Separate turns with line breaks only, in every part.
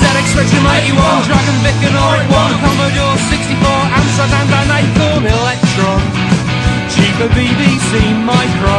ZX Spectrum 81, Dragon Vic and Oric 1, Commodore 64, Amsterdam Dan 84, Electron, cheaper BBC Micro.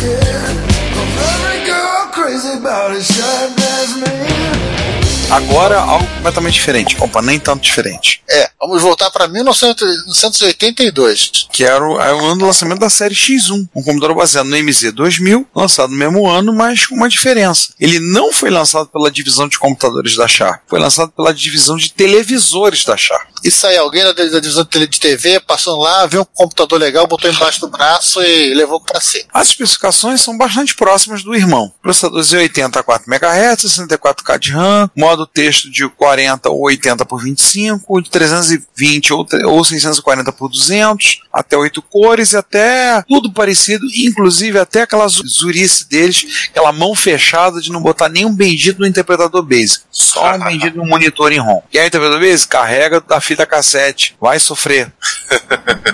Every girl crazy about a shot that's me.
Agora algo completamente diferente. Opa, nem tanto diferente.
É, vamos voltar pra 1982.
Que era o, é o ano do lançamento da série X1, um computador baseado no MZ2000, lançado no mesmo ano, mas com uma diferença. Ele não foi lançado pela divisão de computadores da Sharp, foi lançado pela divisão de televisores da Sharp.
E aí, alguém da, da divisão de tele- de TV passando lá, viu um computador legal, botou embaixo do braço e levou pra si.
As especificações são bastante próximas do irmão. Processador Z80 a 4 MHz, 64K de RAM, modo texto de 40 ou 80 por 25, de 320 ou, tre- ou 640 por 200, até 8 cores e até tudo parecido, inclusive até aquela zu- zurice deles, aquela mão fechada de não botar nenhum bendito no interpretador basic, só um bendito no monitor em ROM. E aí, interpretador basic? Carrega da fita cassete, vai sofrer.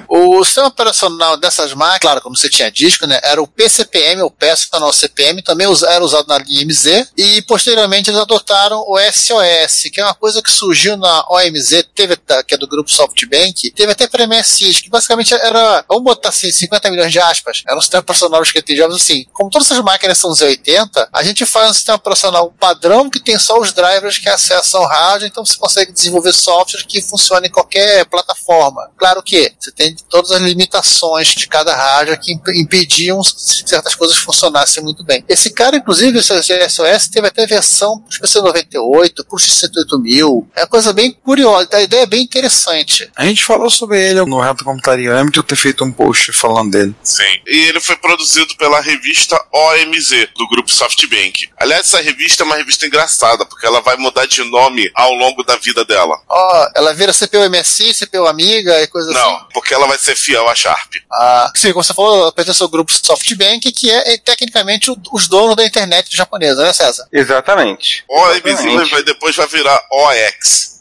O sistema operacional dessas máquinas, claro, como você tinha disco, né? Era o PCPM, ou Personal CPM, também us- era usado na linha MZ. E posteriormente eles adotaram o SOS, que é uma coisa que surgiu na OMZ, teve, ta- que é do grupo SoftBank, teve até para MSX, que basicamente era, vamos botar assim, 50 milhões de aspas. Era um sistema operacional de 50 jogos assim. Como todas essas máquinas são Z80, a gente faz um sistema operacional padrão que tem só os drivers que acessam o rádio, então você consegue desenvolver software que funcione em qualquer plataforma. Claro que você tem todas as limitações de cada rádio que imp- impediam c- certas coisas funcionassem muito bem. Esse cara, inclusive, esse SOS teve até versão para o PC98, para o X108000. É uma coisa bem curiosa, a ideia é bem interessante.
A gente falou sobre ele no Reto Computaria, eu lembro de eu ter feito um post falando dele.
Sim. E ele foi produzido pela revista OMZ, do grupo SoftBank. Aliás, essa revista é uma revista engraçada, porque ela vai mudar de nome ao longo da vida dela.
Ó, ela vira CPU MSI, CPU Amiga e coisa assim.
Não, porque ela vai ser fiel à Sharp.
Ah, sim, como você falou, ela pertence ao grupo SoftBank, que é, é, tecnicamente o- os donos da internet japonesa, né, César?
Exatamente.
OMZ vai, depois vai virar OX.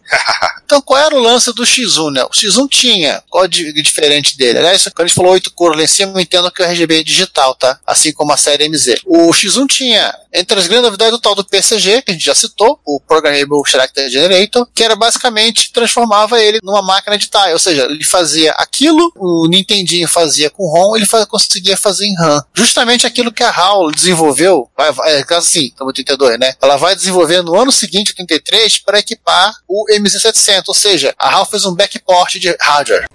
Então, qual era o lance do X1, né? O X1 tinha é código diferente dele. Aliás, quando a gente falou 8 cores lá em cima, eu entendo que é o RGB digital, tá? Assim como a série MZ. O X1 tinha, entre as grandes novidades, o tal do PCG, que a gente já citou, o Programmable Character Generator, que era basicamente, transformava ele numa máquina de tile, ou seja, ele fazia aquilo, o Nintendinho fazia com ROM, ele fa- conseguia fazer em RAM. Justamente aquilo que a HAL desenvolveu, vai, vai, é, caso assim, estamos em 82, né? Ela vai desenvolver no ano seguinte, 83, para equipar o MZ700, ou seja, a HAL fez um backport de hardware.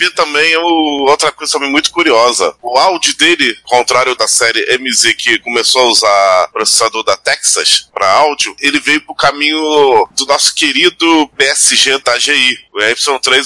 E também o- outra coisa também muito curiosa. O áudio dele, ao contrário da série MZ, que começou a usar processador da Texas para áudio, ele veio pro caminho do nosso querido PSG da GI, o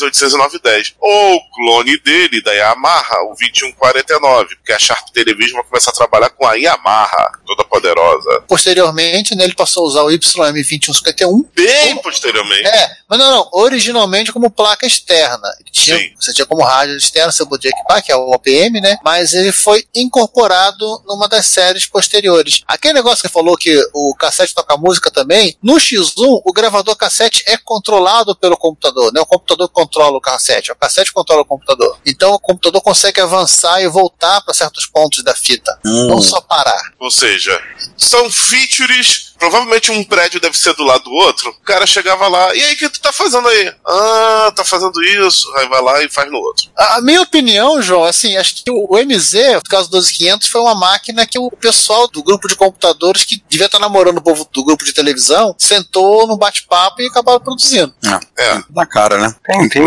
Y38910. Ou o clone dele, da Yamaha, o 2149, porque a Sharp Television vai começar a trabalhar com a Yamaha, toda poderosa.
Posteriormente, né, ele passou a usar o YM2151,
Bem posteriormente.
É, mas não, não. Originalmente como placa externa. Ele tinha-
Sim.
você tinha como rádio externo, você podia equipar, que é o OPM, né? Mas ele foi incorporado numa das séries posteriores. Aquele negócio que falou que o cassete toca música também, no X1, o gravador cassete é controlado pelo computador, né? O computador controla o cassete, o cassete controla o computador. Então o computador consegue avançar e voltar para certos pontos da fita, não só parar.
Ou seja, são features. Provavelmente um prédio deve ser do lado do outro. O cara chegava lá, e aí, o que tu tá fazendo aí? Ah, tá fazendo isso. Aí vai lá e faz no outro.
A a minha opinião, João, assim, acho que o o MZ, por causa do 12500, foi uma máquina que o pessoal do grupo de computadores que devia estar namorando o povo do grupo de televisão sentou no bate-papo e acabaram produzindo.
É.
Na cara, né?
Tem, tem.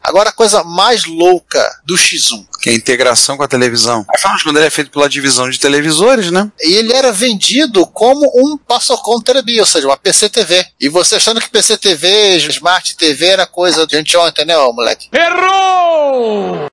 Agora, a coisa mais louca do X1.
que é a integração com a televisão. Afinal de contas, ele é feito pela divisão de televisores, né?
Ele era vendido como um Passocom Telebi, ou seja, uma PCTV. E você achando que PCTV, Smart TV era coisa de anteontem, né, ô moleque?
Errou!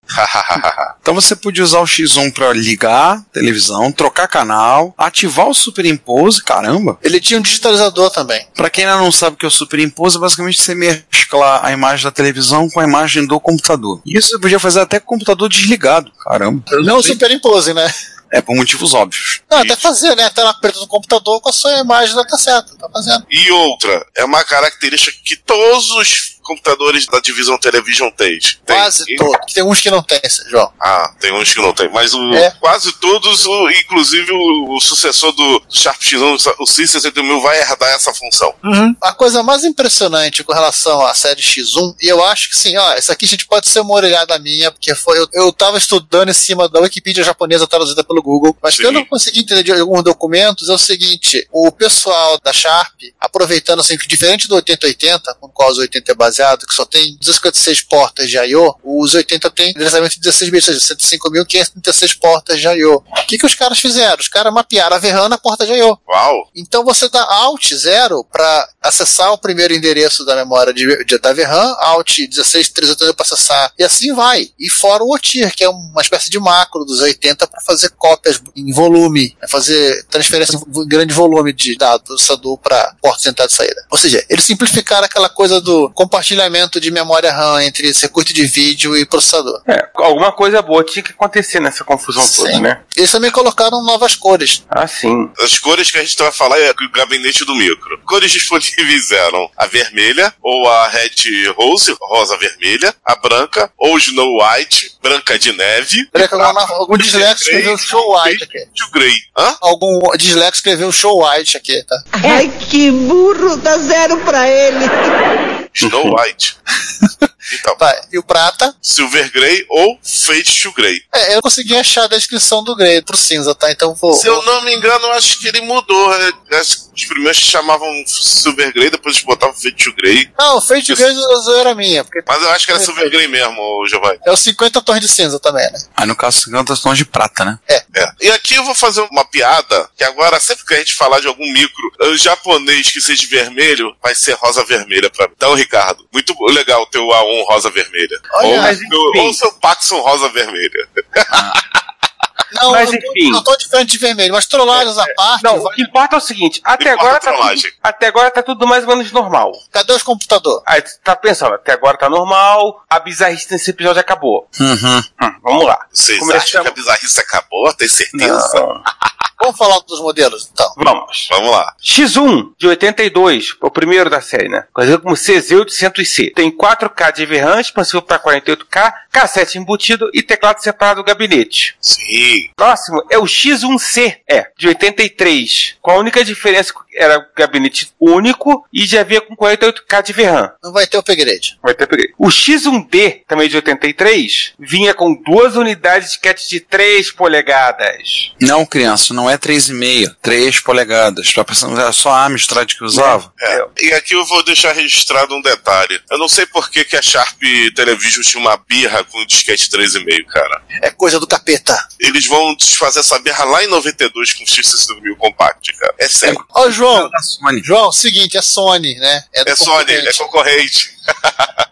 Então você podia usar o X1 para ligar televisão, trocar canal, ativar o Superimpose, caramba.
Ele tinha um digitalizador também.
Pra quem ainda não sabe o que é o Superimpose, é basicamente você mesclar a imagem da televisão com a imagem do computador. E Isso você podia fazer até com o computador desligado, caramba.
Não superimposem, né?
É por motivos óbvios.
Não, até fazer, né? A tela preta do computador com a sua imagem da casseta. Tá fazendo.
E outra, é uma característica que todos os computadores da divisão Television têm. Tem.
Quase
E-
todo. Tem uns que não tem, João.
Ah, tem uns que não tem, mas o-
É.
quase todos, o- inclusive o, o sucessor do Sharp X1, o C61000, vai herdar essa função.
A coisa mais impressionante com relação à série X1, e eu acho que sim, ó, essa aqui a gente pode ser uma orelhada minha, porque foi, eu, eu tava estudando em cima da Wikipedia japonesa traduzida pelo Google, mas
Sim.
pelo que eu não consegui entender de alguns documentos é o seguinte: o pessoal da Sharp, aproveitando assim, que diferente do 8080, com o qual os 80 é baseado, que só tem 256 portas de I.O., os 80 tem endereçamento de 16 bits, ou seja, 105.536 portas de I.O. O que, que os caras fizeram? Os caras mapearam a Verrana a porta de I.O.
Uau!
Então você dá Alt 0 para acessar o primeiro endereço da memória de, de da VRAM, Alt 16380 para acessar, e assim vai. E fora o OTIR, que é uma espécie de macro dos 80 para fazer cópias em volume, né, fazer transferência em vo- grande volume de dados do processador para porta de entrada e saída. Ou seja, eles simplificaram aquela coisa do compartilhamento de memória RAM entre circuito de vídeo e processador.
É, alguma coisa boa tinha que acontecer nessa confusão
Sim.
toda, né?
Eles também colocaram novas cores.
Ah, sim.
As cores que a gente vai falar é o gabinete do micro. Cores disponíveis eram a vermelha, ou a Red Rose, rosa vermelha, a branca, ou Snow White, branca de neve.
Peraí, que algum, algum dislexo
é três,
escreveu show white aqui.
e o Grey. Hã?
Algum dislexo escreveu show white aqui, tá?
Ai, que burro, dá zero pra ele.
Snow White. Então,
Tá, e o prata?
Silver Grey ou Fade to Grey.
É, eu consegui achar a descrição do Grey pro cinza, tá? Então vou.
Se eu não me engano, eu acho que ele mudou. é, acho que Os primeiros chamavam Silver Grey, depois eles botavam Fade to Grey.
Não, o Fade Grey era minha, porque
Mas eu acho que era Silver Grey mesmo, ô Giovanni.
é o 50 tons de cinza também, né?
Aí no caso, 50 tons de prata, né?
É. E aqui eu vou fazer uma piada, que agora sempre que a gente falar de algum micro eh, japonês que seja vermelho, vai ser rosa vermelha pra mim. Então, Ricardo, muito legal ter o A1 rosa vermelha.
Olha,
ou,
mas
o
enfim.
ou seu Paxson rosa vermelha.
Não,
Mas,
eu tô-
enfim.
não tô diferente de vermelho, mas trollagens
é,
à parte,
Não, o
vai-
que importa é o seguinte, até
Importa
agora,
a
tá tudo,
trollagem.
até agora tá tudo mais ou menos normal.
cadê os computadores?
Aí tu tá pensando, até agora tá normal, a bizarrice nesse episódio acabou.
Uhum.
Hum, vamos lá.
Vocês
Como eles
acham que a
chamam-
bizarrice acabou? Tem certeza?
Não.
Vamos falar dos modelos, então.
Vamos.
Vamos lá.
X1 de 82, o primeiro da série, né? Conhecido como CZ800C. Tem 4K de VRAM expansível para 48K, cassete embutido e teclado separado do gabinete.
Sim.
Próximo é o X1C, é, de 83. Com a única diferença que era o gabinete único e já havia com 48K de VRAM.
Não vai ter upgrade.
Vai ter upgrade. O X1D, também de 83, vinha com duas unidades de cat de 3 polegadas.
Não, criança, não é 3,5, 3 polegadas. Tá pensando, era só a Amstrad que usava?
É. E aqui eu vou deixar registrado um detalhe. Eu não sei por que, que a Sharp Television tinha uma birra com o disquete 3,5, cara.
É coisa do capeta.
Eles vão desfazer essa birra lá em 92 com o X61000 Compact, cara. É sério.
Ó, João.
Da Sony.
João, seguinte, é Sony, né? do
tá É Sony,
concorrente.
é concorrente.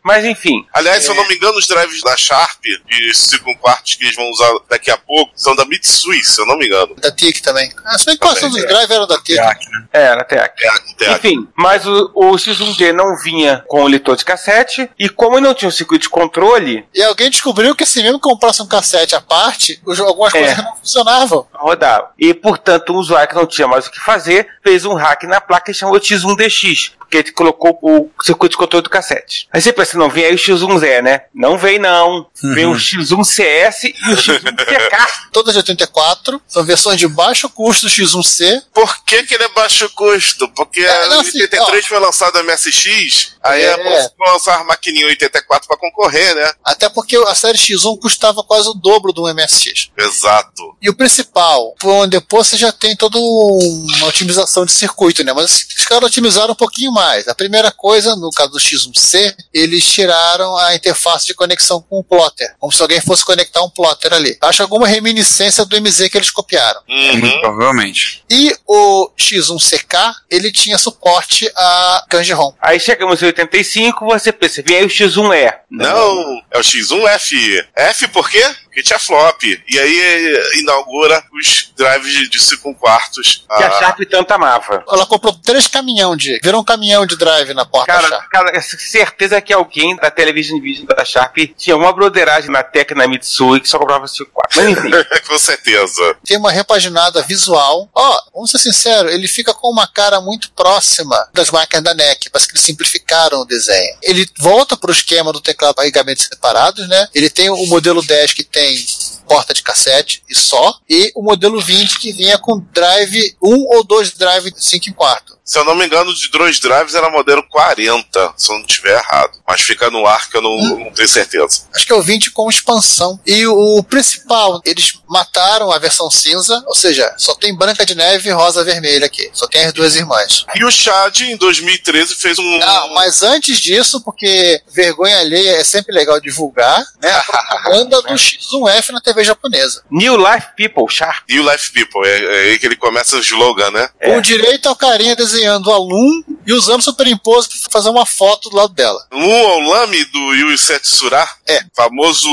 Mas enfim,
Aliás, se eu não me engano, os drives da Sharp e circunquartos que eles vão usar daqui a pouco são da Mitsui, se eu não me engano.
Da TIC também. Ah, se bem que quase
é Também,
todos os
é.
drive eram da TIC.
né?
era até aqui.
É, até aqui.
Enfim, mas o, o X1D não vinha com o leitor de cassete, e como não tinha um circuito de controle,
E alguém descobriu que se mesmo comprasse um cassete à parte, os- algumas
É.
coisas não funcionavam.
rodava. E, portanto, o usuário que não tinha mais o que fazer, fez um hack na placa e chamou de X1DX, porque ele colocou o circuito de controle do cassete. Aí você pensa, não, vem aí o X1Z, né? Não vem, não. Vem o X1CS e o X1CK.
todas de 84, são versões de baixo custo X1C.
Por que, que ele é baixo custo? Porque
É, não,
a
assim,
83 foi lançada a MSX, aí
É.
é. vão lançar a maquininha 84 pra concorrer, né?
Até porque a série X1 custava quase o dobro um do MSX.
Exato.
E o principal, por onde depois você já tem toda um- uma otimização de circuito, né? Mas os caras otimizaram um pouquinho mais. A primeira coisa, no caso do X1C, eles tiraram a interface de conexão com o plotter, como se alguém fosse conectar um plotter ali. Acho alguma reminiscência do MZ que eles copiaram.
Uhum.
Provavelmente.
E o X1CK, ele tinha suporte a Kanji ROM.
Aí chegamos em 85, você pensa, vem aí o X1E.
Não, é o X1F. F por quê? Porque tinha flop. E aí eh, inaugura os drives de- de 5 quartos.
Que a
Ah,
Sharp tanto amava.
Ela comprou três caminhão de. Virou um caminhão de drive na porta da
Cara,
Sharp.
cara, essa certeza que alguém da Television Vision da Sharp tinha uma broderagem na Tec na Mitsui que só comprava 5.4. Mas enfim,
com certeza.
Tem uma repaginada visual. Ó, vamos ser sinceros, ele fica com uma cara muito próxima das máquinas da NEC. Parece que eles simplificaram o desenho. Ele volta pro esquema do teclado para ligamentos separados, né? Ele tem o modelo 10 que tem porta de cassete e só. E o modelo 20 que vinha com drive, um ou dois drive 5 e quarto.
Se eu não me engano, de dois drives era modelo 40, se eu não estiver errado. Mas fica no ar que eu não,
Hum?
não tenho certeza.
acho que é o 20 com expansão. E o principal, eles mataram a versão cinza, ou seja, só tem Branca de Neve e Rosa Vermelha aqui. Só tem as duas irmãs.
Hum.
E o Chad, em 2013, fez um.
Ah, mas antes disso, porque vergonha alheia é sempre legal divulgar, né? A
Ah,
propaganda do X1F na TV japonesa.
New Life People, Sharp.
E o Life People, é, é aí que ele começa o slogan, né?
É.
Com direito ao carinha desenhando o aluno e usando superimposto pra fazer uma foto do lado dela.
Lu ao Lame Um do Yui Setsura,
É.
famoso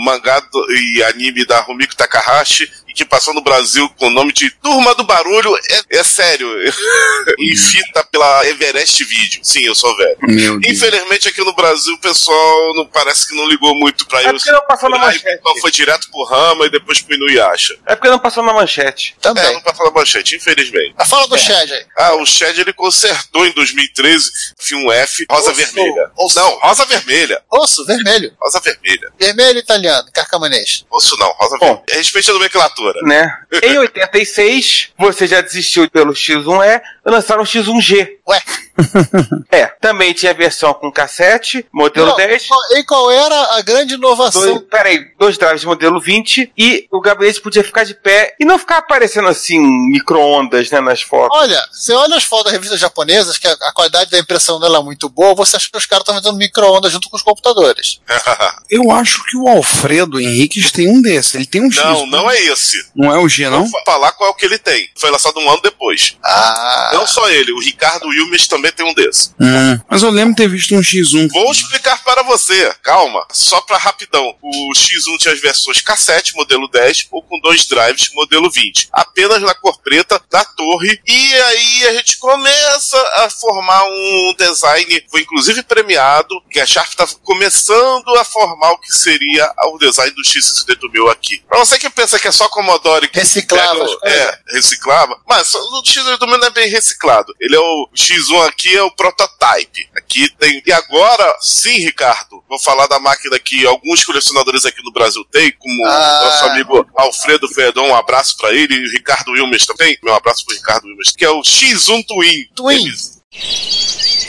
mangá do- e anime da Rumiko Takahashi, e que passou no Brasil com o nome de Turma do Barulho, é, é sério, em fita pela Everest Video. Sim, eu sou velho.
Meu Deus.
Infelizmente aqui no Brasil o pessoal não parece que não ligou muito pra
É
eu.
porque não passou na
Ah, e o
manchete.
pessoal foi direto pro Rama e depois pro Inuyasha.
É porque não passou na manchete.
Também.
É, não passou na manchete, infelizmente.
Ah, Fala do
É.
Chad aí.
Ah, o Shed ele consertou em 2013 um F, rosa
Osso,
vermelha.
osso.
Não, rosa vermelha.
Osso, vermelho.
Rosa vermelha.
Vermelho italiano, carcamanês.
Osso não, rosa
Bom.
vermelha. É respeito à nomenclatura.
Né? Em 86, você já desistiu pelo X1E, lançaram o X1G.
Ué.
É, também tinha a versão com cassete, modelo
Não,
10.
qual- E qual era a grande inovação
Dois, peraí, dois drives modelo 20 e o gabinete podia ficar de pé e não ficar aparecendo assim micro-ondas né, nas fotos.
Olha, você olha as fotos das revistas japonesas, que a, a qualidade da impressão dela é muito boa, você acha que os caras estão vendendo micro-ondas junto com os computadores.
Eu acho que o Alfredo Henriques tem um desses. Ele tem um X.
não, não é esse.
Não é o G, não?
Vou fa- falar qual é o que ele tem. Foi lançado um ano depois.
Ah,
Não só ele, o Ricardo Wilmes também tem um desse.
Hum, Mas eu lembro ter visto um X1.
Vou explicar para você. Calma, só para rapidão. O X1 tinha as versões cassete, modelo 10, ou com dois drives, modelo 20. Apenas na cor preta, da torre. E aí a gente começa a formar um design, foi inclusive premiado, que a Sharp está começando a formar o que seria o design do X68000 aqui. Para você que pensa que é só Commodore que
reciclava as coisas.
é, reciclava. Mas só- o X1 também não é bem reciclado. Ele é o o X1 aqui é o prototype. Aqui tem. E agora, sim, Ricardo, vou falar da máquina que alguns colecionadores aqui no Brasil têm, como
Ah.
o nosso amigo Alfredo Fedon, um abraço pra ele, e o Ricardo Wilmes também. Meu abraço pro Ricardo Wilmes, que é o X1 Twin.
Twin.
MZ.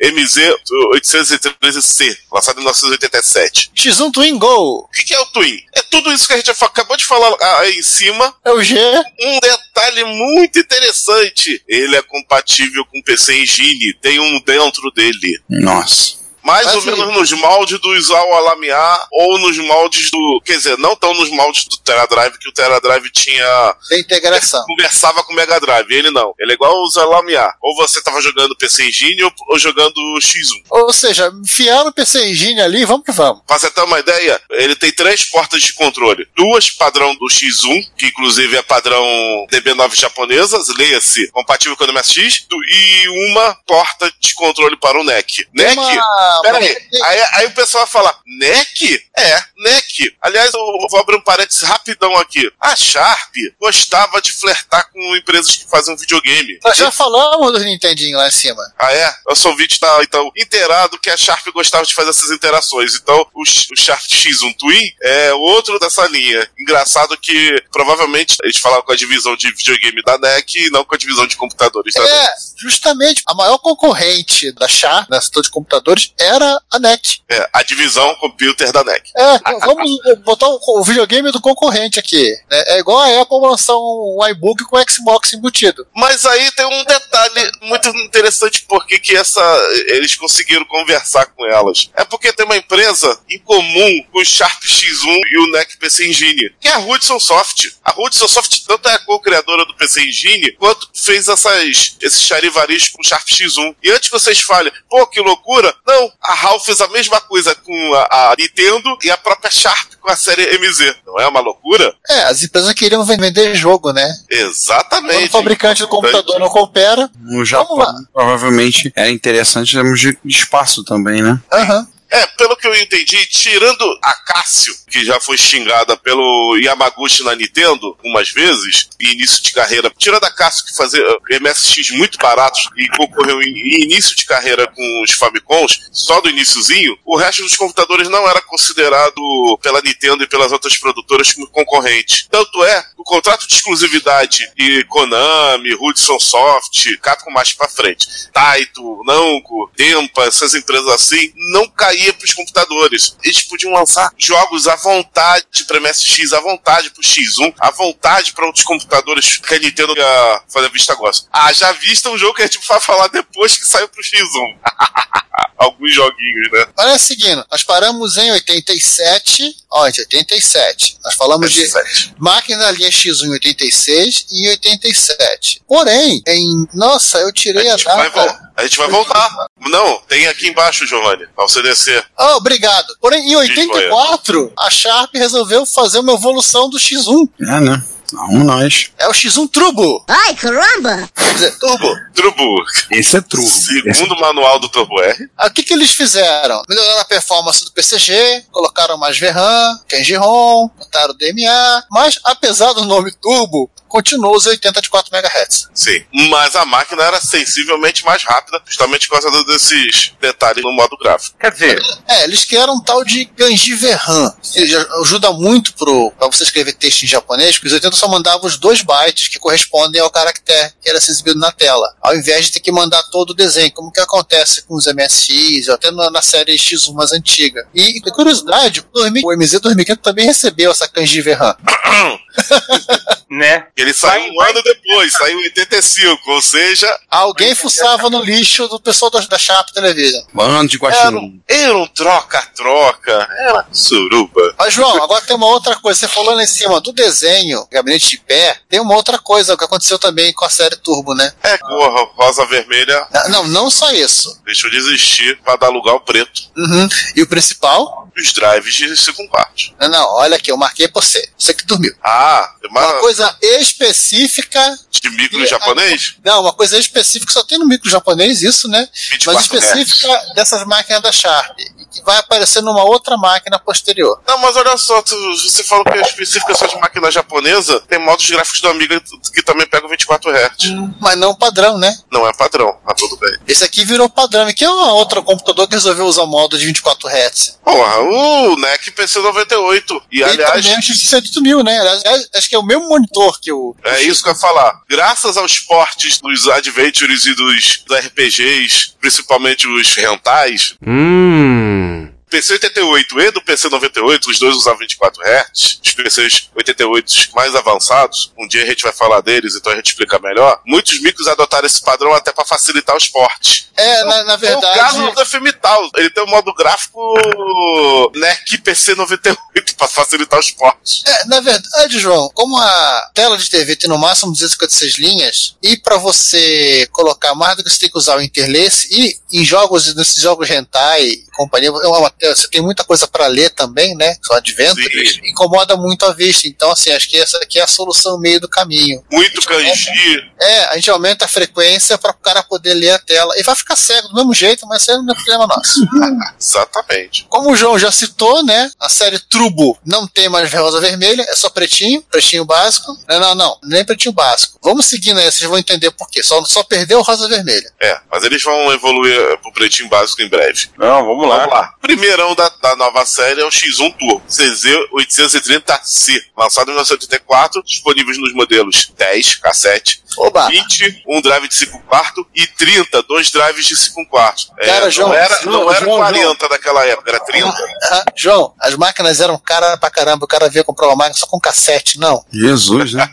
MZ 813C, lançado em 1987.
X1 Twin Go
O que que é o Twin? É tudo isso que a gente fa- acabou de falar ah, aí em cima.
é o G.
Um detalhe muito interessante: ele é compatível com o PC Engine, tem um dentro dele.
Nossa.
Mais
Mas
ou
e-
menos nos moldes do Isao Alamiá ou nos moldes do. Quer dizer, não tão nos moldes do Teradrive, que o Teradrive tinha.
Tem integração.
conversava com o Mega Drive. Ele não. Ele é igual o Isao Alamiá. Ou você tava jogando PC Engine ou, ou jogando X1.
Ou seja, enfiaram o PC Engine ali, vamos que vamos.
Pra você ter uma ideia, ele tem três portas de controle. Duas padrão do X1, que inclusive é padrão DB9 japonesas, leia-se, compatível com o MSX, do- e uma porta de controle para o NEC. NEC?
Uma-
Pera aí.
uma-
aí, aí o pessoal fala, NEC? É, NEC. Aliás, eu vou abrir um parênteses rapidão aqui. A Sharp gostava de flertar com empresas que fazem videogame.
Nós já falamos do Nintendinho lá em cima.
Ah, é? Eu sou ouvinte, tá, então, inteirado que a Sharp gostava de fazer essas interações. Então, o, Sh- o Sharp X1 Twin é outro dessa linha. Engraçado que, provavelmente, eles falavam com a divisão de videogame da NEC e não com a
Tá
divisão de computadores da NEC.
É, justamente. A maior concorrente da Sharp, na setor de computadores, era a NEC.
É, a divisão computer da NEC.
É, vamos botar o, o videogame do concorrente aqui. né? É igual a Apple lançar um iBook com Xbox embutido.
Mas aí tem um detalhe muito interessante porque que essa eles conseguiram conversar com elas. É porque tem uma empresa em comum com o Sharp X1 e o NEC PC Engine, que é a Hudson Soft. A Hudson Soft tanto é a co-criadora do PC Engine quanto fez essas esses charivaris com o Sharp X1. E antes que vocês falem, pô, que loucura, não, a HAL fez a mesma coisa com a, a Nintendo e a própria Sharp com a série MZ. Não é uma loucura?
É, as empresas queriam ven- vender jogo, né? Quando o
Exatamente.
fabricante do computador não coopera.
No Japão,
lá.
provavelmente é interessante em termos de de espaço também, né?
Aham.
É, pelo que eu entendi, tirando a Cássio, que já foi xingada pelo Yamaguchi na Nintendo umas vezes, e início de carreira, tirando a Cássio que fazia eh, MSX muito baratos e concorreu em, em início de carreira com os Famicons, só do iníciozinho, o resto dos computadores não era considerado pela Nintendo e pelas outras produtoras como concorrente. Tanto é, o contrato de exclusividade e Konami, Hudson Soft, Capcom mais pra frente, Taito, Namco, Tempa, essas empresas assim, não caía pros computadores. Eles podiam lançar jogos à vontade pra MSX, à vontade pro X1, à vontade pra outros computadores que a Nintendo ia fazer vista gosta. Ah, já vista um jogo que a gente vai falar depois que saiu pro X1. Alguns joguinhos, né?
Olha, seguindo, nós paramos em 87. Onde? 87. Nós falamos de máquina da linha X1 em 86 e em 87. Porém, em. Nossa, eu
A
tirei a,
gente, vai
data.
vol- a gente vai voltar. Não, tem aqui embaixo, Giovanni, pra você descer.
Ah, obrigado. Porém, em
é.
84, a Sharp resolveu fazer uma evolução do X1.
É, né? Não, nós.
É o X1 Turbo.
Ai, caramba!
Quer dizer, Turbo.
Turbo,
Esse é truco. Esse
segundo manual do Turbo R.
Ah, O que, que eles fizeram? Melhoraram a performance do PCG, colocaram mais VRAM, Kenji ROM, botaram DMA, mas apesar do nome Turbo, continuou os 80 de 4 MHz.
Sim. Mas a máquina era sensivelmente mais rápida, justamente por causa desses detalhes no modo gráfico.
Quer dizer,
É, eles criaram um tal de Ganji VRAM, que já ajuda muito pro, pra você escrever texto em japonês, porque os 80 só mandavam os dois bytes que correspondem ao caractere que era exibido na tela, ao invés de ter que mandar todo o desenho, como que acontece com os MSX, ou até na, na série X1 mais antiga. E, de curiosidade, o 2000 o MZ-2005 também recebeu essa Ganji VRAM.
né?
Ele saiu um
vai-
ano depois, saiu em 85, ou seja,
Alguém fuçava no lixo do pessoal da, da Sharp Television.
bando é de
era
guaxirum.
um era um troca-troca, era suruba.
Mas, João, agora tem uma outra coisa. Você falou lá em cima do desenho, gabinete de pé, tem uma outra coisa que aconteceu também com a série Turbo, né?
É, porra, rosa vermelha
Ah, Não, não só isso.
deixou de existir para dar lugar ao preto.
Uhum. E o principal?
Os drives de segundo parte.
Não, não, olha aqui, eu marquei pra você. Você que dormiu.
Ah, tem uma
Uma coisa específica.
de micro
e a-
japonês?
Não, uma coisa específica, só tem no micro japonês isso, né? Mas
24 hertz.
específica dessas máquinas da Sharp. e Que vai aparecer numa outra máquina posterior.
Não, mas olha só, tu- você falou que é específica só de máquina japonesa, tem modos gráficos do Amiga que também pegam 24 Hz.
Mas não padrão, né?
Não é padrão, mas tudo bem.
Esse aqui virou padrão, e que é um outro computador que resolveu usar o modo de 24 Hz.
Porra, o NEC PC98. E aliás,
também o X68000, né? Aliás, acho que é o mesmo monitor que o.
é isso que eu ia falar. Graças aos portes dos adventures e dos, dos RPGs, principalmente os rentais. PC88 e do PC98, os dois usavam 24 Hz. Os PCs 88 mais avançados, um dia a gente vai falar deles, então a gente explica melhor. Muitos micros adotaram esse padrão até para facilitar os portes.
É, na, na
É o caso
verdade.
do FMTAL. Ele tem um modo gráfico né, NEC PC98 pra facilitar os portes.
É, na verdade, João, como a tela de TV tem no máximo 256 linhas, e pra você colocar mais do que você tem que usar o interlace, e em jogos, nesses jogos hentai e companhia, é uma tela- você tem muita coisa pra ler também, né? São adventures,
Sim.
incomoda muito a vista. Então, assim, acho que essa aqui é a solução meio do caminho.
Muito kanji.
É, a gente aumenta a frequência para o cara poder ler a tela. E vai ficar cego do mesmo jeito, mas isso aí não é problema nosso.
Exatamente.
Como o João já citou, né? A série Trubo não tem mais rosa vermelha, é só pretinho, pretinho básico. Não, não, não, nem pretinho básico. Vamos seguindo aí, vocês vão entender por quê. Só, só perdeu rosa vermelha.
É, mas eles vão evoluir eh, pro pretinho básico em breve.
Não, vamos lá.
Vamos lá. Primeirão da, da nova série é o X1 Turbo CZ830C, lançado em 1984, disponíveis nos modelos 10, K7,
Oba!
20, um drive de 5 quarto e 30, dois drives de 5 quarto. É,
Cara, João,
não era,
João,
não era
João,
40 daquela época, era 30.
Ah, João, as máquinas eram cara pra caramba. O cara veio comprar uma máquina só com cassete, não.
Jesus, né?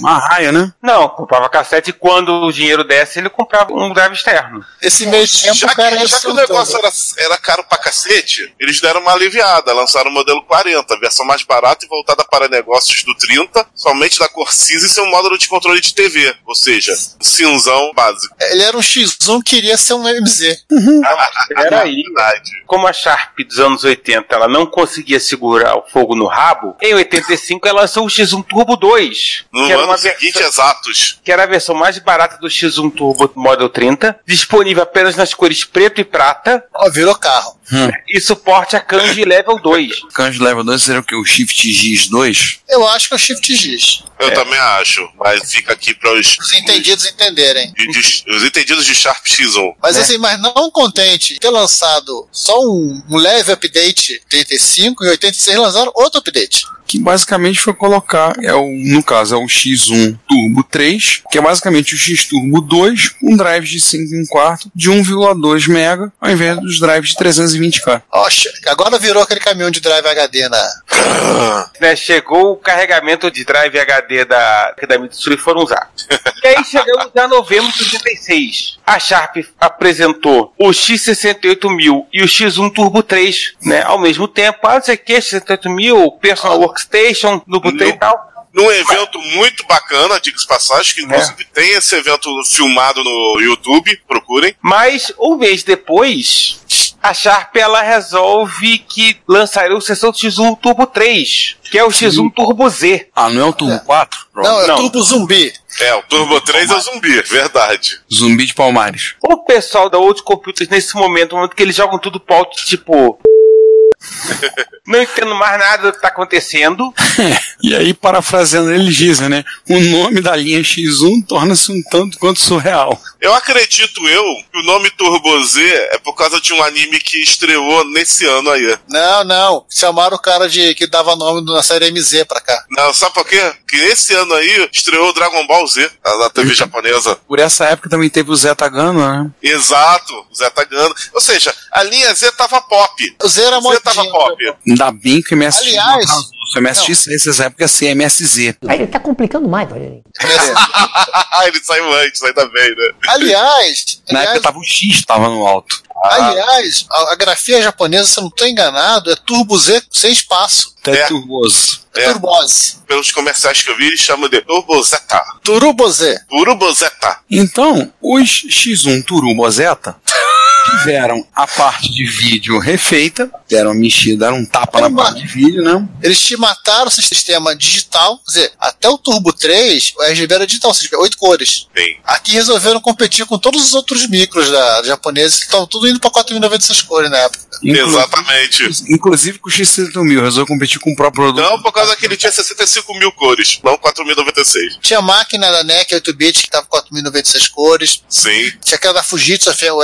Uma raia, né?
Não, comprava cassete e quando o dinheiro desce, ele comprava um drive externo.
Esse meio É, tempo,
Já
o cara né?
que, já que o negócio era, era caro pra cacete, eles deram uma aliviada, lançaram o modelo 40, versão mais barata e voltada para negócios do 30, somente da cor cinza e seu módulo de controle de TV, ou seja, um cinzão básico.
Ele era um X1 queria ser um MZ.
Peraí. Como a Sharp dos anos 80 ela não conseguia segurar o fogo no rabo, em 85 ela lançou o X1 Turbo 2,
No
que era, uma
ano
versão,
seguinte, exatos.
que era a versão mais barata do X1 Turbo Model 30, disponível apenas nas cores preto e prata
Ó, virou carro.
e suporte a Kanji Level 2.
Cães Level 2 seria o que? O Shift Giz 2?
Eu acho que é o Shift Giz.
Eu também acho, mas fica aqui para os,
Os entendidos entenderem.
de- de- os entendidos de Sharp X1.
Mas assim, mas não contente ter lançado só um, um leve update 35 e 86 lançaram outro update.
Que basicamente foi colocar, é o, no caso, é o X1 Turbo 3, que é basicamente o X Turbo 2, com drive de 5 1 quarto de 1,2 mega, ao invés dos drives de 320K.
Oxe, agora virou aquele caminhão de drive HD na.
né, chegou o carregamento de drive HD da, que da Mitsui foram usar. E aí chegamos a novembro de 86. A Sharp apresentou o X68000 e o X1 Turbo 3, né, ao mesmo tempo. Ah, não sei o que, X68000, Personal Workstation, Turbo 3 e tal.
Num evento muito bacana, diga-se de passagem, que inclusive
É.
tem esse evento filmado no YouTube, procurem.
Mas um mês depois, a Sharp ela resolve que lançaria o sessão X1 Turbo 3, que é o X1 Turbo Z.
Ah, não é o Turbo 4?
Não, é
Não.
Turbo Zumbi.
É, o Turbo 3 é o zumbi, verdade.
Zumbi de Palmares.
O pessoal da Old Computers, nesse momento, no momento que eles jogam tudo pro alto, tipo. Não entendo mais nada do que tá acontecendo.
E aí, parafraseando ele, dizem, né? O nome da linha X1 torna-se um tanto quanto surreal.
Eu acredito eu que o nome Turbo Z é por causa de um anime que estreou nesse ano aí.
Não, não. Chamaram o cara de que dava nome na série MZ pra cá.
Não, sabe por quê? Que esse ano aí estreou Dragon Ball Z na na TV japonesa.
Por essa época também teve o Zeta Gama, né?
Exato, o Zé tá ganhando. Ou seja, a linha Z tava pop.
O Zero era
Z
Tá
tava
modinha.
pop.
Ainda bem que o MSX não
Aliás,
atrasou. Se o MSX nessa época ia ser MSZ.
Aí tá complicando mais, Rogerinho.
Ele saiu antes, ainda bem, né?
Aliás,
Na época
aliás,
tava o X, tava no alto.
aliás, a, a grafia japonesa, se eu não tô enganado, é Turbo Z sem espaço.
Até
É.
turboso.
É.
É.
Turbose.
Pelos comerciais que eu vi, eles chamam de Turbo Zeta.
Turbo Z.
Turbo Zeta.
Então, os X1 Turbo Zeta tiveram a parte de vídeo refeita, deram uma mexida, deram um tapa na
Uma.
parte de vídeo, né?
Eles te mataram o sistema digital. Quer dizer, até o Turbo 3, o RGB era digital, ou seja, oito cores.
Sim.
Aqui resolveram competir com todos os outros micros da japoneses que estavam tudo indo pra 4.096 cores na época.
Exatamente.
Inclusive com o X7000, resolveu competir com o próprio produto.
Não, por causa que ele tinha 65 mil cores, não 4.096.
Tinha máquina da NEC 8-bit que tava com 4.096 cores.
Sim.
Tinha aquela da Fujitsu, a F- o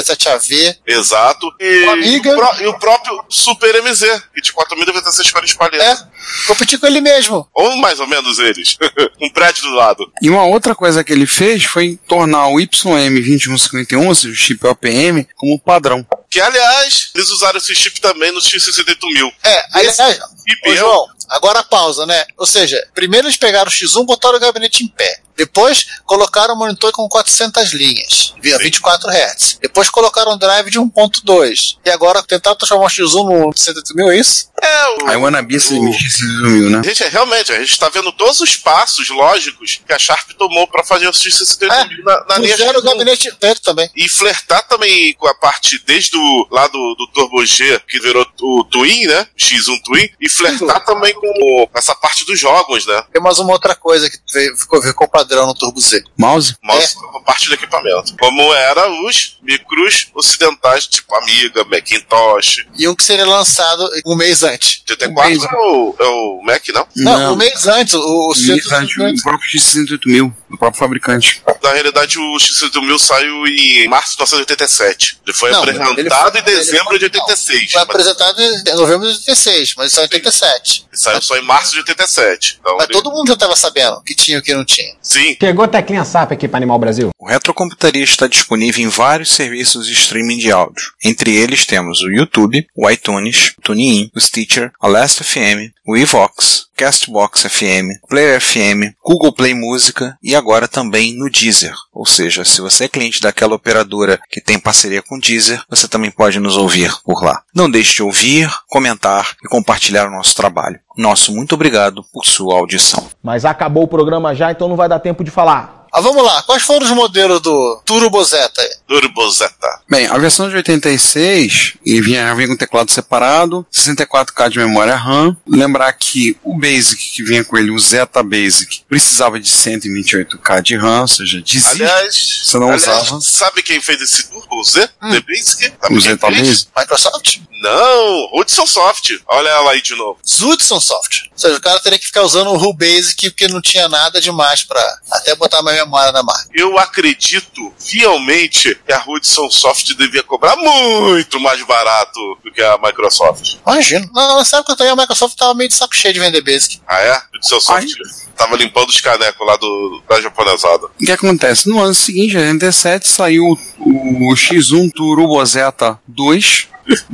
FM77AV.
Exato. E,
Uma amiga.
e o pró- e o próprio Super MZ, que de 4.096 cores
É,
palhetas.
competir com ele mesmo.
Ou mais ou menos eles. um prédio do lado.
E uma outra coisa que ele fez foi tornar o YM2151, ou seja, o chip OPM, como padrão.
Que, aliás, eles usaram esse chip também no X68000.
É, aliás,
E
ô,
eu-
João, agora a pausa, né? Ou seja, primeiro eles pegaram o X1, botaram o gabinete em pé. Depois colocaram o monitor com 400 linhas, via 24 Hz. Depois colocaram um drive de 1.2. E agora tentaram transformar o X1 no 108 mil, é isso?
É, o...
Aí o Wannabe se X7000, né?
Gente, é, realmente, a gente tá vendo todos os passos lógicos que a Sharp tomou pra fazer o X68000 na, na linha
Fizeram o
X1.
É. gabinete em pé também.
E flertar também com a parte desde o lá do, do Turbo G, que virou o Twin, né? X1 Twin. E flertar também com o- essa parte dos jogos, né?
Tem mais uma outra coisa que veio- ficou, ficou padrão no Turbo Z.
Mouse?
Mouse como parte do equipamento. Como era os micros ocidentais, tipo Amiga, Macintosh.
E um que seria lançado um mês antes.
GT4 é o, é o Mac, não?
Não, um mês antes, o, o
Exatamente,
108
o próprio X68000, do próprio fabricante.
na realidade, o X68000 um saiu em março de 1987. Ele foi
Não,
apresentado
ele foi-
em dezembro
ele foi-
de 86.
Foi
mas ele
apresentado em novembro de 86, mas é só em 87.
saiu só em março de 87. Então,
Mas
ele-
todo mundo já estava sabendo o que tinha e o que é não tinha.
Sim,
Chegou Teclinha Sap aqui para Animal Brasil.
O Retrocomputaria está disponível em vários serviços de streaming de áudio. Entre eles temos o YouTube, o iTunes, o TuneIn, o Stitcher, a Last FM, o Evox, o Castbox FM, Player FM, Google Play Música e agora também no Deezer. Ou seja, se você é cliente daquela operadora que tem parceria com o Deezer, você também pode nos ouvir por lá. Não deixe de ouvir, comentar e compartilhar o nosso trabalho. Nosso muito obrigado por sua audição.
Mas acabou o programa já, então não vai dar tempo de falar.
Ah, vamos lá, quais foram os modelos do Turbo Zeta? aí?
Turbozeta.
Bem, a versão de 86 e vinha, vinha com teclado separado, 64K de memória RAM. Lembrar que o Basic que vinha com ele, o Zeta Basic, precisava de 128K de RAM, ou seja, desiste.
Aliás,
Você não
aliás,
usava?
sabe é quem fez esse Turbo Z?
Hum.
The Basic? Sabe
O
quem
Zeta
fez?
Basic.
Microsoft?
Não, Hudson Soft. Olha ela aí de novo.
Zudson Soft. Ou seja, o cara teria que ficar usando o Rubasic porque não tinha nada demais pra até botar uma memória na marca.
Eu acredito fielmente que a Hudson Soft devia cobrar muito mais barato do que a Microsoft.
Imagino. Não, nessa época também a Microsoft tava meio de saco cheio de vender Basic.
Ah, é? Hudson Soft tava limpando os canecos lá do, da japonesada.
O que acontece? No ano seguinte, em 87, saiu o X1 Turbo Zeta 2.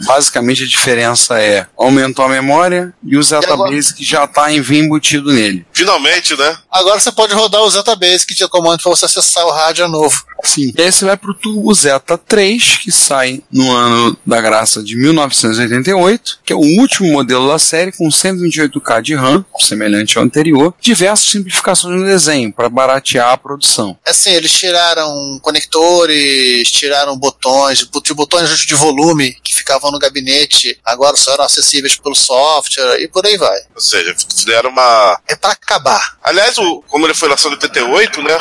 Basicamente a diferença é aumentou a memória e o Zeta
agora?
Basic já está em vir embutido nele.
Finalmente, né?
Agora você pode rodar o Zeta Basic de comando pra você acessar o rádio novo.
Sim. E aí você vai pro Turbo Zeta 3, que sai no ano da graça de 1988, que é o último modelo da série com 128K de RAM, semelhante ao anterior, diversas simplificações no desenho para baratear a produção.
Assim, eles tiraram conectores, tiraram botões, de botões de volume que ficavam no gabinete, agora só eram acessíveis pelo software e por aí vai.
Ou seja, fizeram uma
É pra acabar.
Aliás, o- como ele foi lançado em 88, né?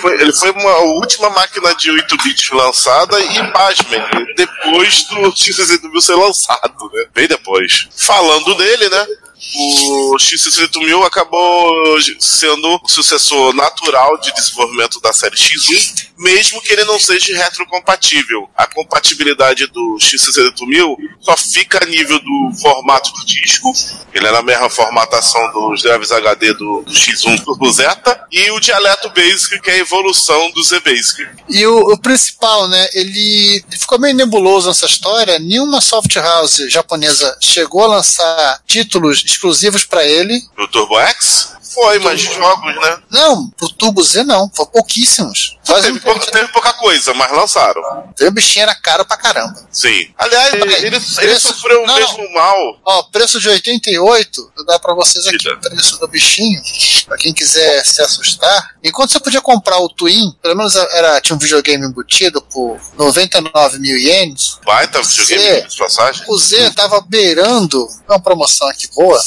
foi- ele foi uma, a última máquina de 8 bits lançada e, pasmem, depois do X68000 ser lançado, né? Bem depois. Falando dele, né? O X68000 acabou sendo o sucessor natural de desenvolvimento da série X1, mesmo que ele não seja retrocompatível. A compatibilidade do X68000 só fica a nível do formato do disco, ele é na mesma formatação dos drives HD do, do X1 Turbo Zeta, e o dialeto Basic, que é a evolução do Z-Basic.
E o, o principal, né? Ele ficou meio nebuloso nessa história. Nenhuma soft house japonesa chegou a lançar títulos exclusivos pra ele.
O Turbo X? Foi, mas jogos, né?
Não, pro Turbo Z não, foi pouquíssimos. Quase
Teve,
não
pouca, teve pouca coisa, mas lançaram.
teve. O bichinho era caro pra caramba.
Sim. Aliás, ele, ele- ele sofreu o
É, Não,
mesmo mal.
Ó, preço de 88, eu dar pra vocês aqui o preço do bichinho, pra quem quiser se assustar. Enquanto você podia comprar o Twin, pelo menos era, tinha um videogame embutido por 99 mil ienes,
Baita videogame
Sim.
de passagem.
O Z tava beirando. É uma promoção aqui boa.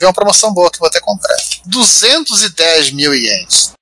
É uma promoção boa que eu vou até comprar. 210 mil ienes.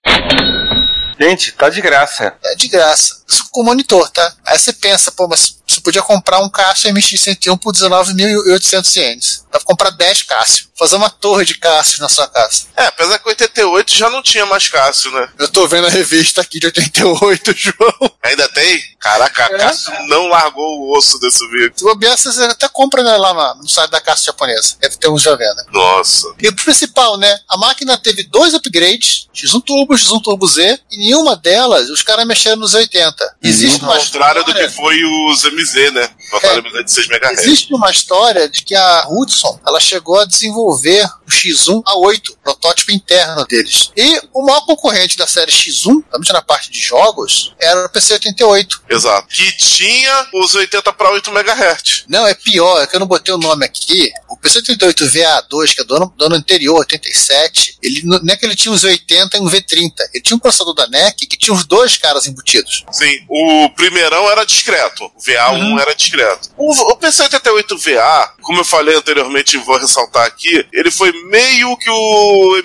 Gente, tá de graça.
É de graça. Isso com monitor, tá? Aí você pensa, pô, mas você podia comprar um Cássio MX-101 por 19.800 ienes. Dá pra comprar 10 Cássio. Fazer uma torre de Cássio na sua casa.
É, apesar que 88 já não tinha mais Cássio, né?
Eu tô vendo a revista aqui de 88, João.
Ainda tem? Caraca, Cássio não largou o osso desse veículo.
Se bobear, você até compra né, lá na- no site da Cássio japonesa. Deve ter uns já venda.
Nossa.
E o principal, né? A máquina teve dois upgrades, X1 Turbo, X1 Turbo Z, e nenhuma delas os caras mexeram nos 80. Existe
Ao
uma
contrário do que é.
história,
foi os MZ, né? Botaram MZ de 6 MHz.
existe uma história de que a Hudson ela chegou a desenvolver o X1 A8, protótipo interno deles. E o maior concorrente da série X1, principalmente na parte de jogos, era o PC88.
Exato. Que tinha os 80 para 8 MHz.
Não, é pior, é que eu não botei o nome aqui. O PC38 VA2, que é do ano, do ano anterior, 87, ele n- não é que ele tinha uns 80 e um V30. Ele tinha um processador da NEC que tinha os dois caras embutidos.
Sim, o primeirão era discreto, o VA1 era discreto. O, o PC88VA, como eu falei anteriormente e vou ressaltar aqui, ele foi meio que o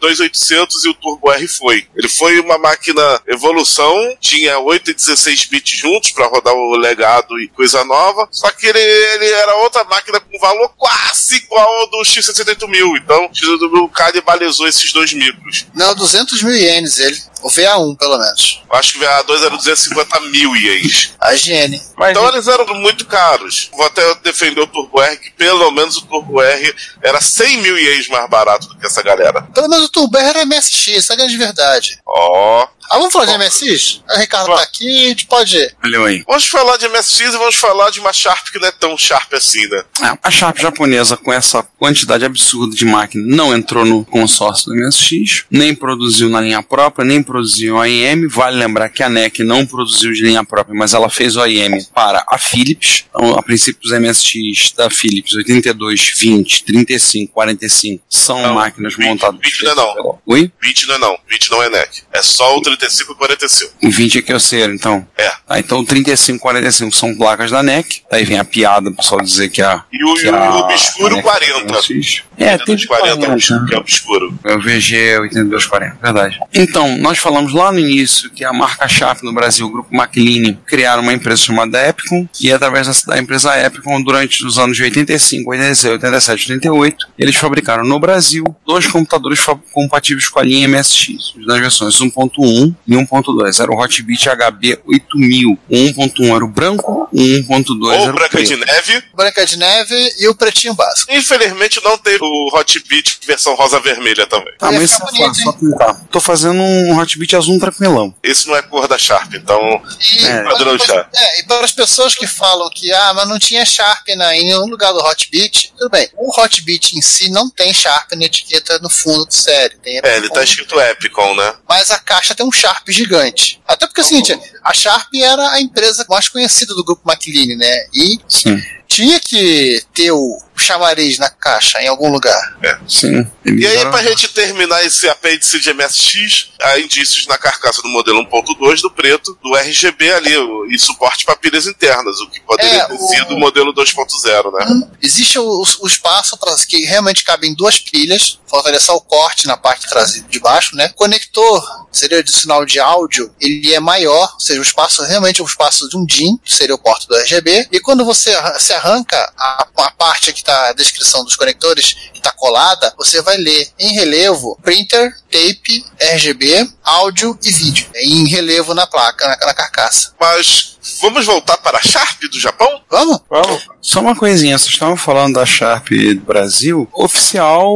MZ2800 e o Turbo R foi. Ele foi uma máquina evolução, tinha 8 e 16 bits juntos para rodar o legado e coisa nova, só que ele, ele era outra máquina com valor quase igual ao do X68000, então o X68000 canibalizou esses dois micros.
Não, 200 mil ienes ele. O VA1, pelo menos.
Eu acho que o VA2 era 250 mil ienes.
A GN.
Mas,
Então eles eram muito caros. Vou até defender o Turbo R, que pelo menos o Turbo R era 100 mil ienes mais barato do que essa galera.
Pelo menos o Turbo R era MSX, essa é a grande verdade.
Ó.
Ah, vamos falar de MSX? O Ricardo
Vamos.
tá aqui, a gente pode ir.
Olha aí.
Vamos falar de MSX e vamos falar de uma Sharp que não é tão Sharp assim, né?
É, A Sharp japonesa, com essa quantidade absurda de máquina, não entrou no consórcio do MSX, nem produziu na linha própria, nem produziu OIM. Vale lembrar que a NEC não produziu de linha própria, mas ela fez OIM para a Philips. Então, a princípio, os MSX da Philips 82, 20, 35, 45 são
Não,
máquinas
20,
montadas.
20 não é não.
pela- Oi?
20 não é não. 20 não é NEC. É só o 35 e 45.
O 20 é que eu sei, então.
É.
Tá, então 35, 45 são placas da NEC. Daí vem a piada, o pessoal dizer que a.
E o,
é que
e o-
a-
e o obscuro
a NEC
40.
MSX. É, tem
de 40, que é obscuro.
É o VG 8240, verdade. Então, nós falamos lá no início que a marca Sharp no Brasil, o grupo McLean, criaram uma empresa chamada Epicon, e através dessa- da empresa Epicon, durante os anos de 85, 86, 87, 88, eles fabricaram no Brasil dois computadores fa- compatíveis com a linha MSX, nas versões 1.1 e 1.2. Era o Hotbit HB 8000. O 1.1 era o branco, o 1.2
Ou
era o
Branca
preto.
de Neve.
Branca de Neve e o Pretinho Básico.
Infelizmente não teve o Hot Beat versão rosa-vermelha também.
Tá,
Ia
mas isso
ficar
é
bonito,
fácil, só pintar. Tô fazendo um Hotbit azul tranquilão.
Esse não é cor da Sharp, então
E,
É.
Padrão Sharp.
é, e para as pessoas que falam que, ah, mas não tinha Sharp na, em nenhum lugar do Hotbit, tudo bem. O Hotbit em si não tem Sharp na etiqueta no fundo do série. Tem um.
é, ele tá escrito Epicon, né?
mas a caixa tem um Sharp gigante. Até porque é o seguinte, a Sharp era a empresa mais conhecida do grupo McLean, né? E
Sim.
tinha que ter o chamariz na caixa em algum lugar.
Sim.
E aí, pra gente terminar esse apêndice de MSX, há indícios na carcaça do modelo 1.2 do preto, do RGB ali, o- e suporte para pilhas internas, o que poderia
É,
ter
o-
sido o modelo 2.0, né?
Existe o, o espaço para que realmente cabem duas pilhas, faltaria só o corte na parte traseira de baixo, né? Conector seria de sinal de áudio, ele é maior, ou seja, o espaço realmente é um espaço de um DIN, que seria o porto do RGB. E quando você arran- se arranca a, a parte que está a descrição dos conectores, que está colada, você vai ler em relevo printer, tape, RGB, áudio e vídeo. Em relevo na placa, na, na carcaça.
Mas vamos voltar para a Sharp do Japão?
Vamos?
vamos.
Só uma coisinha, vocês estavam falando da Sharp do Brasil. Oficial,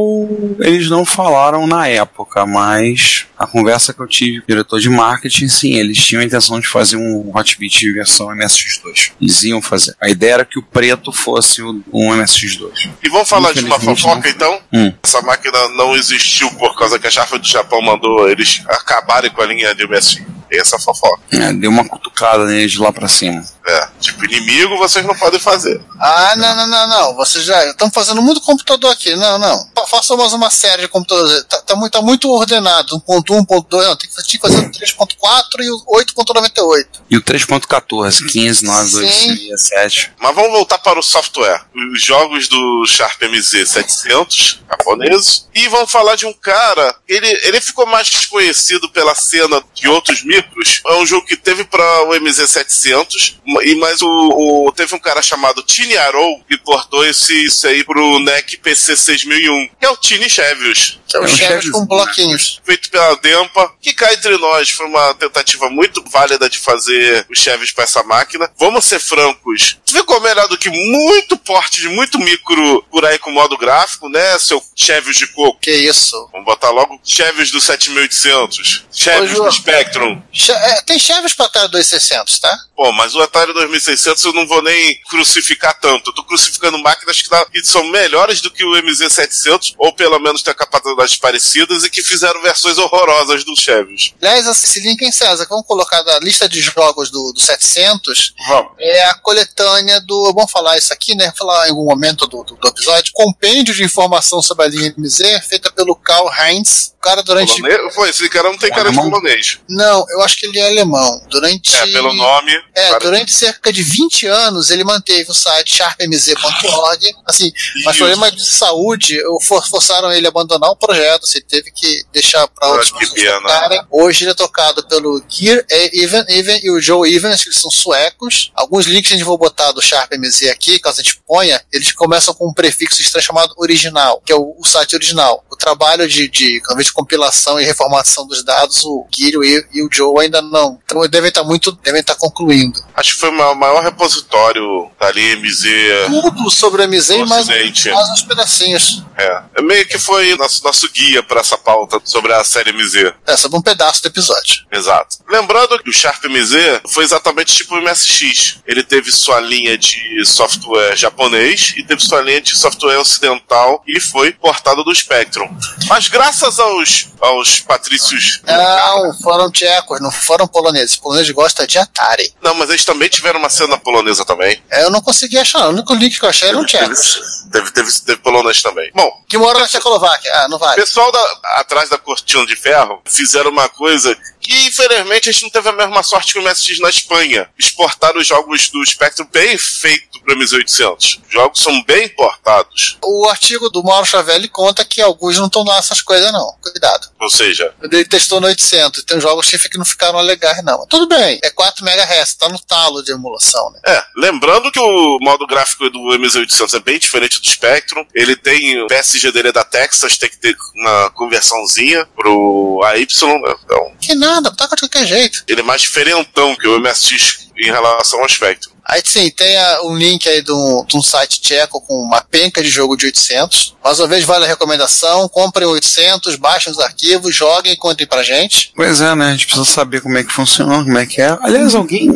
eles não falaram na época, mas a conversa que eu tive com o diretor de marketing, sim, eles tinham a intenção de fazer um Hotbit versão MSX2. Eles iam fazer. A ideia era que o preto fosse o- um MSX2.
E vamos falar de uma
Infelizmente,
fofoca
não.
então?
Hum.
Essa máquina não existiu por causa que a Sharp do Japão mandou eles acabarem com a linha de MSX. Tem essa fofoca.
É, deu uma cutucada neles lá pra cima.
É, tipo, inimigo vocês não podem fazer.
Ah, não, não, não, não. Vocês já estão fazendo muito computador aqui. Não, não. Fa- Façam mais uma série de computadores. Tá, tá muito, tá muito ordenado. 1.1, 1.2. Não, tem que, tinha que fazer um o 3.4 e o 8.98.
E o 3.14, 15, 9, 2,
Sim.
6, 7.
Mas vamos voltar para o software. Os jogos do Sharp MZ700, japoneses. E vamos falar de um cara, ele, ele ficou mais conhecido pela cena de outros micros. É um jogo que teve para o MZ700, e mas o, o- teve um cara chamado Tiny Arrow que portou esse, isso aí pro NEC PC6001, que é o Tiny Chevios.
Que é
É um
o chefe
chevezinho,
com bloquinhos.
feito pela Dempa, que cá entre nós foi uma tentativa muito válida de fazer os Chevys pra essa máquina. Vamos ser francos, ficou é melhor do que muito porte de muito micro por aí com modo gráfico, né, seu Chevys de coco?
Que é isso.
Vamos botar logo Chevys do 7800, Chevys
Ô, Ju.
do Spectrum.
Che- é, tem cheves para Atari 2600, tá?
Pô, mas o Atari 2600 eu não vou nem crucificar tanto. Eu tô crucificando máquinas que, dá- que são melhores do que o MZ700, ou pelo menos têm capacidades parecidas, e que fizeram versões horrorosas do Chevys.
Aliás, esse link, hein, César? que Vamos colocar da lista de jogos do, do 700.
Vamos.
É a coletânea do. Vamos falar isso aqui, né? Falar em algum momento do, do, do episódio. Compêndio de informação sobre a linha MZ, feita pelo Karl Heinz. O cara durante.
Polonês? Pô, esse cara não tem cara de
Alemão?
polonês.
Não, eu acho que ele é alemão. Durante.
É, pelo nome.
É,
cara,
durante cerca de 20 anos ele manteve o site sharpmz.org. Assim, mas
Isso.
problemas de saúde eu for- forçaram ele a abandonar o projeto. Assim, teve que deixar para
Ah,
outros
que pena.
tocarem. Hoje ele é tocado pelo Gear e Even, Even e o Joe Evans, que são suecos. Alguns links a gente vou botar do sharpmz aqui, caso a gente ponha. Eles começam com um prefixo estranho chamado original, que é o, o site original. O trabalho de, de, talvez, de compilação e reformatação dos dados, o Guilho e, e o Joe ainda não. Então devem estar muito, devem estar concluindo.
Acho que foi o ma- maior repositório tá da linha MZ.
Tudo sobre a MZ e
O
mais,
Ocidente.
mais uns pedacinhos.
É. É Meio que foi nosso, nosso guia para essa pauta sobre a série MZ.
É, sobre um pedaço do episódio.
Exato. Lembrando que o Sharp MZ foi exatamente tipo o MSX. Ele teve sua linha de software japonês e teve sua linha de software ocidental e foi portado do Spectrum. Mas graças aos, aos patrícios.
Não, foram tchecos, não foram poloneses. Poloneses gosta de Atari.
Não, mas eles também tiveram uma cena polonesa também.
É, Eu não consegui achar, o único link que eu achei era um tchecos.
Teve, teve, teve polonês também. Bom,
Que mora na Tchecoslováquia. Ah, não
O
vale.
pessoal da- atrás da cortina de ferro fizeram uma coisa que, infelizmente, a gente não teve a mesma sorte que o MSX na Espanha. Exportaram os jogos do Spectrum bem feito para o MS-800. Os jogos são bem importados.
O artigo do Mauro Chavelli conta que alguns não estão lá essas coisas, não. Cuidado.
Ou seja,
Ele testou no 800, tem jogos chifre que não ficaram legais, não. Mas Tudo bem, é 4 MHz, tá no talo de emulação, né?
é, lembrando que o modo gráfico do MS-800 é bem diferente do Spectrum. Ele tem o PSG dele é da Texas, tem que ter uma conversãozinha pro AY. Então,
Que nada, toca de qualquer jeito.
ele é mais diferentão que o MSX em relação ao Spectrum.
Aí sim, tem a- um link aí de um, de um site tcheco com uma penca de jogo de 800. Mais uma vez, vale a recomendação: comprem o 800, baixem os arquivos, joguem e contem pra gente.
Pois é, né? A gente precisa saber como é que funciona, como é que é. Aliás, alguém.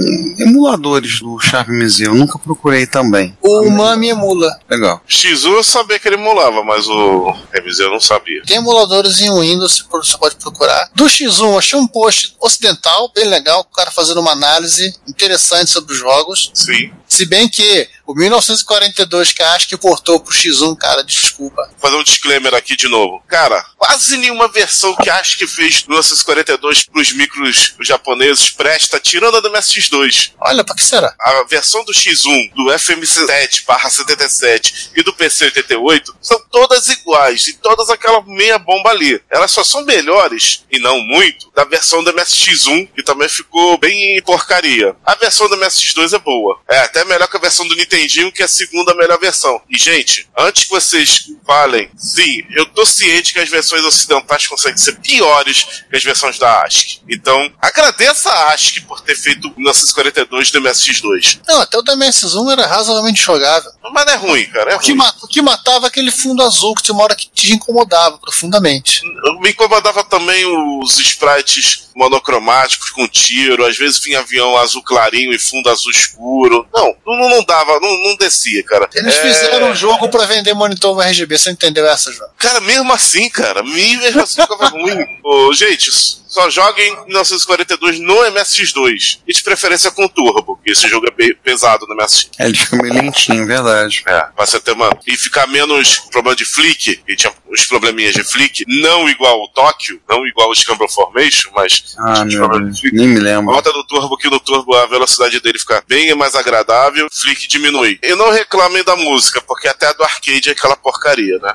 Emuladores do Sharp MZ, eu nunca procurei também.
O Mami emula.
Legal.
X1 eu sabia que ele emulava, mas o MZ eu não sabia.
Tem emuladores em Windows, você pode procurar. Do X1, achei um post ocidental, bem legal, o cara fazendo uma análise interessante sobre os jogos.
Sim.
Se bem que o 1942 que acho que portou pro X1, cara, desculpa.
Vou Fazer um disclaimer aqui de novo. Cara, quase nenhuma versão que acho que fez 1942 pros micros japoneses presta, tirando a do MSX2.
Olha, pra que será?
A versão do X1, do FMC7 barra 77 e do PC88 são todas iguais e todas aquela meia bomba ali. Elas só são melhores, e não muito, da versão do MSX1, que também ficou bem porcaria. A versão do MSX2 é boa. É até melhor que a versão do Nintendinho, que é a segunda melhor versão. E, gente, antes que vocês falem, sim, eu tô ciente que as versões ocidentais conseguem ser piores que as versões da ASCII. Então, agradeça a ASCII por ter feito 1942 do MSX2.
Não, até o da MS1 era razoavelmente jogável.
Mas não é ruim, cara. É
O que,
ruim.
ma- o que matava é aquele fundo azul que tinha uma hora que te incomodava profundamente.
Eu me incomodava também os sprites monocromáticos com tiro, às vezes vinha avião azul clarinho e fundo azul escuro. Não, não, não dava, não, não descia, cara.
Eles
É,
fizeram um jogo pra vender monitor RGB, você entendeu essa, João?
Cara, mesmo assim, cara, mesmo assim ficava ruim. Ô, gente, só joguem 1942 no MSX2. E de preferência com turbo, que esse jogo é pe- pesado no MSX.
É, ele fica meio lentinho, verdade.
É, pra você ter uma. E ficar menos problema de flick, que tinha os probleminhas de flick, não igual o Tóquio, não igual o Scramble Formation, mas.
Ah,
tinha os
meu
problemas
Deus.
de flick.
Nem me
A
lembro.
Volta do turbo, que no turbo a velocidade dele fica bem mais agradável, flick diminui. E não reclamem da música, porque até a do arcade é aquela porcaria, né?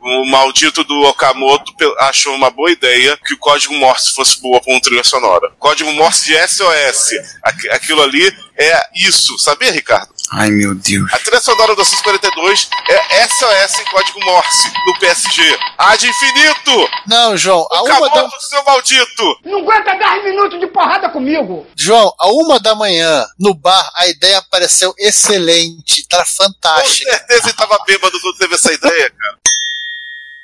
o maldito do Okamoto pe- achou uma boa ideia que o código Morse fosse boa com trilha sonora. Código Morse de SOS. Aqu- aquilo ali é isso. Sabia, Ricardo?
Ai, meu Deus.
A trilha sonora do 642 é SOS em código Morse do PSG. A de infinito!
Não, João, a uma,
Acabou
da,
do seu maldito!
Não aguenta 10 minutos de porrada comigo!
João, a uma da manhã, no bar, a ideia pareceu excelente, tá
Com
fantástica.
certeza ele tava bêbado quando teve essa ideia, cara.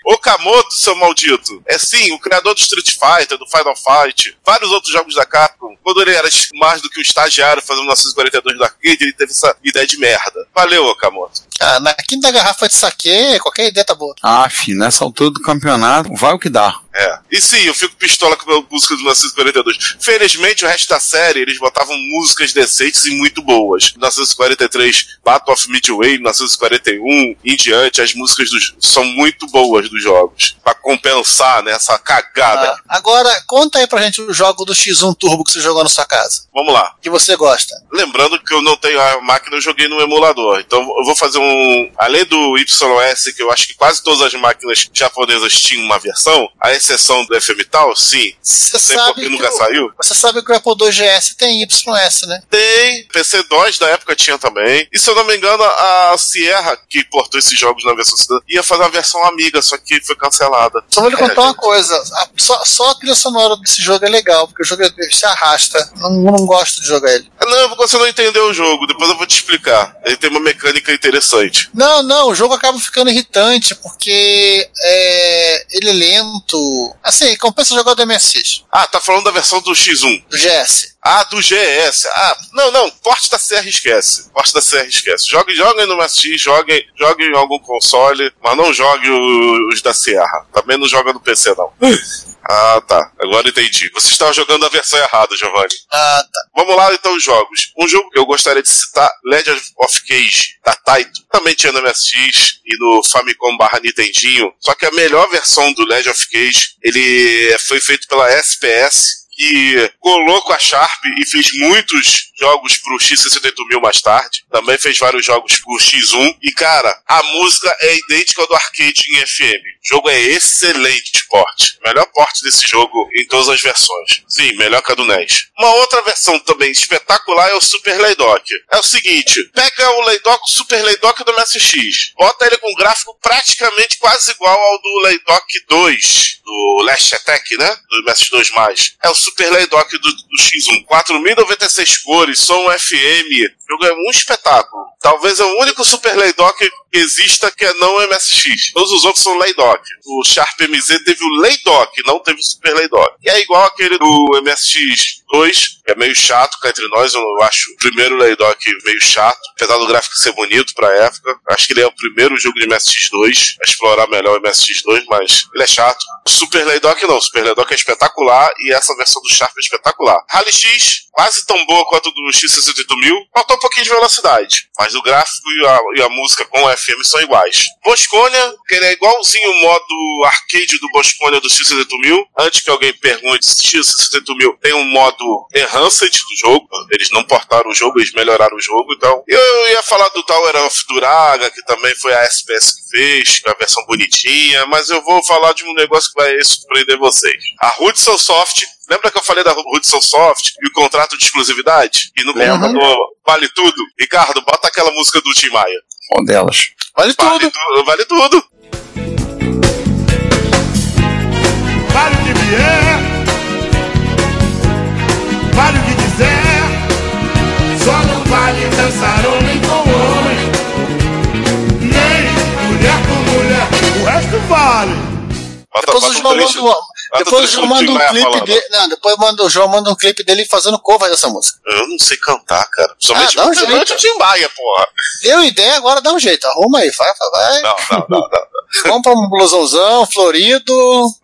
Okamoto, seu maldito. É sim, o criador do Street Fighter, do Final Fight, vários outros jogos da Capcom. Quando ele era mais do que um estagiário fazendo 1942 do arcade, ele teve essa ideia de merda. Valeu, Okamoto.
Ah, na quinta garrafa de saque, qualquer ideia tá boa.
Ah, filho, nessa altura do campeonato, vai o que dá.
É. E sim, eu fico pistola com a música de 1942. Felizmente, o resto da série, eles botavam músicas decentes e muito boas. 1943, Battle of Midway, 1941, em diante, as músicas dos- são muito boas dos jogos. Pra compensar, né, essa cagada.
Ah, agora, conta aí pra gente o jogo do X1 Turbo que você jogou na sua casa.
Vamos lá.
Que você gosta.
Lembrando que eu não tenho a máquina, eu joguei no emulador. Então eu vou fazer um. Além do YS, que eu acho que quase todas as máquinas japonesas tinham uma versão, a exceção do FM Tal, sim.
Você
Sempre
sabe,
porque
que
nunca
o,
saiu.
você sabe que o Apple II GS tem YS, né?
Tem, PC2 da época tinha também. E se eu não me engano, a Sierra, que portou esses jogos na versão cidadã, ia fazer a versão amiga, só que foi cancelada.
Só vou lhe
É,
contar uma
gente.
coisa. a- só, só a trilha sonora desse jogo é legal, porque o jogo ele se arrasta. Não, não gosto de jogar ele.
Ah, Não, você não entendeu o jogo, depois eu vou te explicar. Ele tem uma mecânica interessante.
Não, não, o jogo acaba ficando irritante, porque é, ele é lento. Assim, compensa jogar do MSX,
Ah, tá falando da versão do X1.
do GS.
Ah, do GS. Ah, não, não, porte da CR esquece. Porte da CR esquece. Joguem, joguem no MSX, joguem, joguem em algum console, mas não joguem o- os da Sierra. Também não joga no PC, não. Ah, tá. Agora entendi. Você estava jogando a versão errada, Giovanni.
Ah, tá.
Vamos lá, então, os jogos. Um jogo que eu gostaria de citar, Legend of Cage, da Taito. Também tinha no MSX e no Famicom barra Nintendinho. Só que a melhor versão do Legend of Cage, ele foi feito pela SPS, que colou com a Sharp e fez muitos jogos pro X68000 mais tarde. Também fez vários jogos pro X1. E, cara, a música é idêntica ao do arcade em FM. O jogo é excelente porte. Melhor porte desse jogo em todas as versões. Sim, melhor que a do NES. Uma outra versão também espetacular é o Super Laydock. É o seguinte, pega o Laydock, o Super Laydock do MSX, bota ele com um gráfico praticamente quase igual ao do Laydock 2, do Last Attack, né? Do MS2+. É o Super Laydock do, do X1. 4096 cores, som FM. O jogo é um espetáculo. Talvez é o único Super Laydock que exista que é não MSX. Todos os outros são Laydock. O Sharp MZ teve o Laydock, não teve o Super Laydock. E é igual aquele do MSX 2, que é meio chato cá entre nós. Eu acho o primeiro Laydock meio chato, apesar do gráfico ser bonito pra época. Acho que ele é o primeiro jogo de MSX 2 a explorar melhor o MSX 2, mas ele é chato. O Super Laydock não, o Super Laydock é espetacular e essa versão do Sharp é espetacular. Rally X, quase tão boa quanto do X68000, faltou um pouquinho de velocidade, mas o gráfico e a, e a música com o FM são iguais. Bosconia, que ele é igualzinho o modo arcade do Bosconia do X68000, antes que alguém pergunte se X68000 tem um modo enhanced do jogo, eles não portaram o jogo, eles melhoraram o jogo, então... Eu, ia falar do Tower of Duraga, que também foi a SPS que fez, com a versão bonitinha, mas eu vou falar de um negócio que vai surpreender vocês. A Hudson Soft Lembra que eu falei da Hudson Soft e o contrato de exclusividade? E no
Lembro.
contrato vale tudo? Ricardo, bota aquela música do Tim Maia.
Qual delas?
Vale tudo.
Vale tudo. Vale tudo.
Vale o que vier, vale o que quiser, só não vale dançar homem com homem, nem mulher com mulher, o resto vale.
Bota,
Depois
bota
o
um
João manda
trecho-
um-
bota
depois o
trecho
João
do Tim
manda um
Maia
clipe
falando.
dele. Não, depois manda, o João manda um clipe dele fazendo cover dessa música.
Eu não sei cantar, cara. Principalmente
dá um
principalmente
jeito.
o Tim Maia, porra.
Deu ideia, agora dá um jeito. Arruma aí, vai, vai, vai.
Não, não, não, não.
Compra um blusãozão, florido.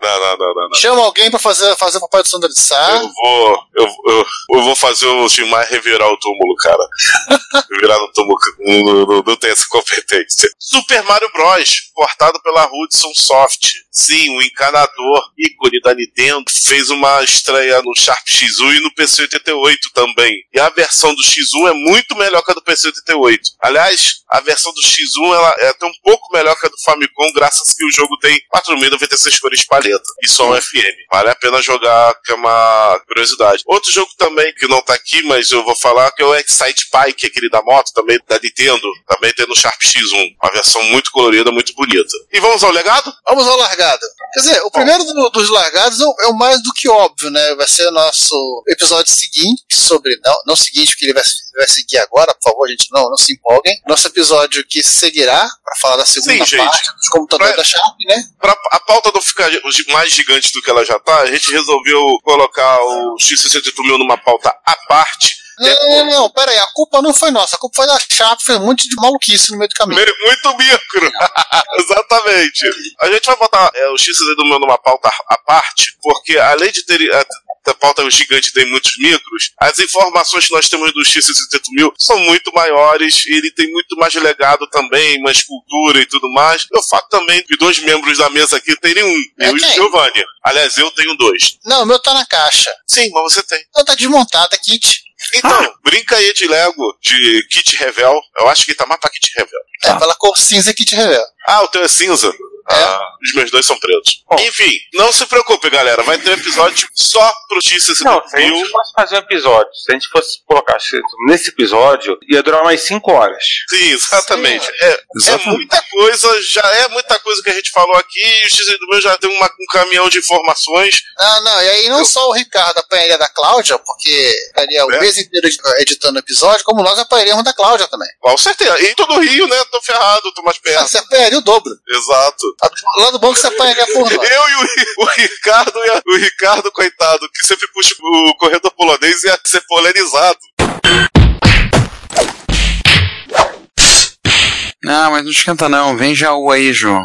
Não, não, não, não. não.
Chama alguém pra fazer, fazer o papai do Sandra de Sá.
Eu vou, eu, eu, eu vou fazer o Tim Maia revirar o túmulo, cara. revirar no túmulo, não, não, não tem essa competência. Super Mario Bros, portado pela Hudson Soft. Sim, o encanador, ícone da Nintendo, fez uma estreia no Sharp X1 e no PC-88 também. E a versão do X1 é muito melhor que a do PC-88. Aliás, a versão do X1 ela é até um pouco melhor que a do Famicom, graças que o jogo tem 4.096 cores de paleta e só um FM. Vale a pena jogar, que é uma curiosidade. Outro jogo também, que não tá aqui, mas eu vou falar, que é o Excite Pike, aquele da moto, também da Nintendo, também tem no Sharp X1. Uma versão muito colorida, muito bonita. E vamos ao legado?
Vamos ao largado. Quer dizer, o primeiro do- dos largados é o- é o mais do que óbvio, né? Vai ser o nosso episódio seguinte sobre. Não, não seguinte, porque ele vai, vai seguir agora, por favor, gente, não, não se empolguem. Nosso episódio que seguirá, pra falar da segunda
Sim, gente.
parte dos computadores
Pra-
da Sharp, né?
Pra a pauta não ficar gi- mais gigante do que ela já tá, a gente resolveu colocar o X68000 numa pauta à parte.
Não, não, É, não, não, pera aí, a culpa não foi nossa, a culpa foi da Sharp, foi um monte de maluquice no meio do caminho.
Me- Muito micro! Exatamente. A gente vai botar é, o X do meu numa pauta à parte, porque além de ter. A, a pauta gigante tem muitos micros, as informações que nós temos do X68000 são muito maiores, ele tem muito mais legado também, mais cultura e tudo mais. Eu falo também que dois membros da mesa aqui terem um, eu e
Ok.
o Giovanni. Aliás, eu tenho dois.
Não, o meu tá na caixa.
Sim, mas você tem.
Ela tá desmontada, Kit.
Então, brinca aí de Lego, de Kit Revel. Eu acho que tá mais pra Kit Revel.
É, pela cor cinza que te revela.
Ah, o teu é cinza?
É.
Ah, Os meus dois são pretos. Enfim, não se preocupe, galera. Vai ter um episódio só pro
Não, se a gente
X62
fosse fazer um episódio, se a gente fosse colocar se- nesse episódio, ia durar mais 5 horas.
Sim, exatamente. É,
Exatamente.
é muita coisa, já é muita coisa que a gente falou aqui, e o X do meu já tem uma- um caminhão de informações.
Ah, não, e aí não só o Ricardo apanharia da Cláudia, porque estaria o
É.
mês inteiro editando o episódio, como nós apanharíamos da Cláudia também.
Com certeza. E tô no Rio, né? Tô ferrado, tô mais perto.
Você apanharia o dobro.
Exato.
Lá do bom que você apanharia por
Eu
nós.
e o, Ri- o Ricardo, e a- o Ricardo, coitado, que sempre puxa o corredor polonês ia ser polarizado.
Não, Ah, mas não esquenta não. Vem Jaú aí, João.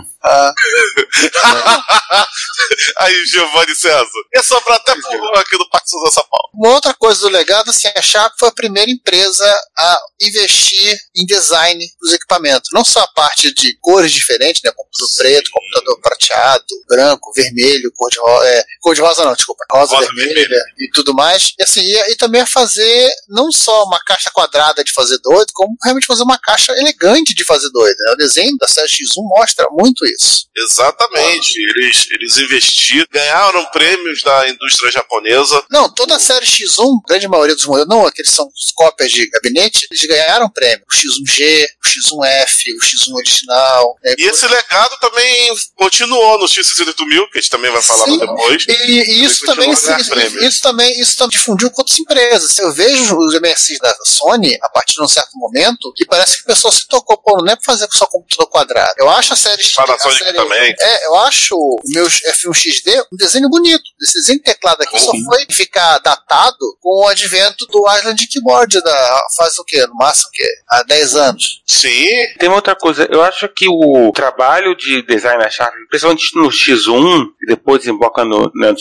Aí, Giovanni César. É só pra até pro aqui do Parque Souza São Paulo.
Uma outra coisa do legado, assim, a Sharp foi a primeira empresa a investir em design dos equipamentos. Não só a parte de cores diferentes, né? Computador preto, computador prateado, branco, vermelho, cor de rosa. cor de rosa não, desculpa. Rosa,
Rosa,
vermelha, e tudo mais. E assim, e, e também a fazer não só uma caixa quadrada de fazer doido, como realmente fazer uma caixa elegante de fazer doido. Né? O desenho da série X1 mostra muito isso.
Exatamente. Eles, eles investiram, ganharam prêmios da indústria japonesa.
Não, toda a série X1, grande maioria dos modelos, não aqueles são cópias de gabinete, eles ganharam prêmio. O X1G, o X1F, o X1 original. né?
E esse legado também continuou no X68000, que a gente também vai falar
Sim.
depois.
E- e isso
Ele
também,
continua a ganhar
isso,
prêmio.
isso também isso também difundiu com outras empresas. Eu vejo os MSIs da Sony a partir de um certo momento que parece que o pessoal se tocou, pô, não é pra fazer com só computador quadrado. Eu acho a série
Para a
a
Sony
série-
também.
É, eu acho o meu F1XD um desenho bonito. Esse desenho de teclado aqui só
Sim.
foi ficar datado com o advento do Island Keyboard da, faz o quê? No máximo o quê? Há 10 anos.
Sim,
Tem uma outra coisa, eu acho que o trabalho de design na Sharp, principalmente no X1, e depois emboca no, né, no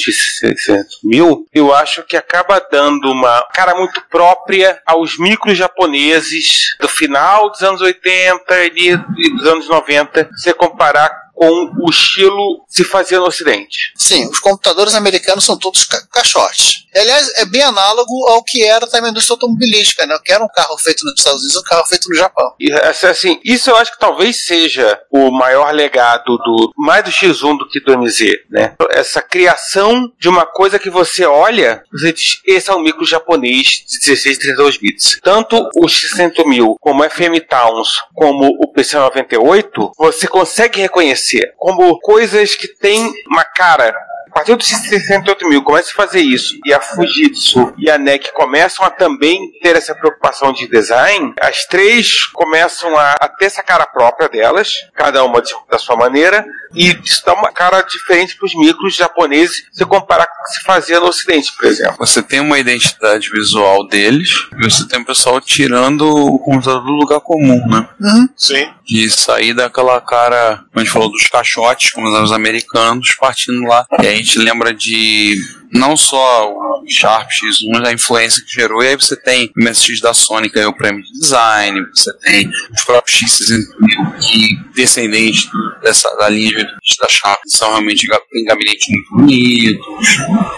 X6000, eu acho que acaba dando uma cara muito própria aos micros japoneses do final dos anos 80 e de- e dos anos 90, se você comparar com o estilo que se fazia no Ocidente.
Sim, os computadores americanos são todos ca caixotes. E, aliás, é bem análogo ao que era também a indústria automobilística, né? Que era um carro feito nos Estados Unidos e um carro feito no Japão.
E, assim, assim, isso eu acho que talvez seja o maior legado do mais do X1 do que do MZ, né? Essa criação de uma coisa que você olha, você diz, esse é um micro japonês de 16 32 bits. Tanto o X100000 como o FM Towns, como o PC98, você consegue reconhecer como coisas que têm uma cara a partir do 68 mil começa a fazer isso e a Fujitsu e a NEC começam a também ter essa preocupação de design, as três começam a, a ter essa cara própria delas, cada uma de- da sua maneira, e isso dá uma cara diferente para os micros japoneses se comparar com o que se fazia no Ocidente, por exemplo.
Você tem uma identidade visual deles e você tem o pessoal tirando o computador do lugar comum, né?
sim.
De sair daquela cara, como a gente falou, dos caixotes, como os americanos, partindo lá. E a gente lembra de não só o Sharp X1, mas a influência que gerou. E aí você tem o MSX da Sony, que ganhou o prêmio de design, você tem os próprios X que descendentes dessa, da linha de MSX da Sharp são realmente ga- tem gabinetes muito bonitos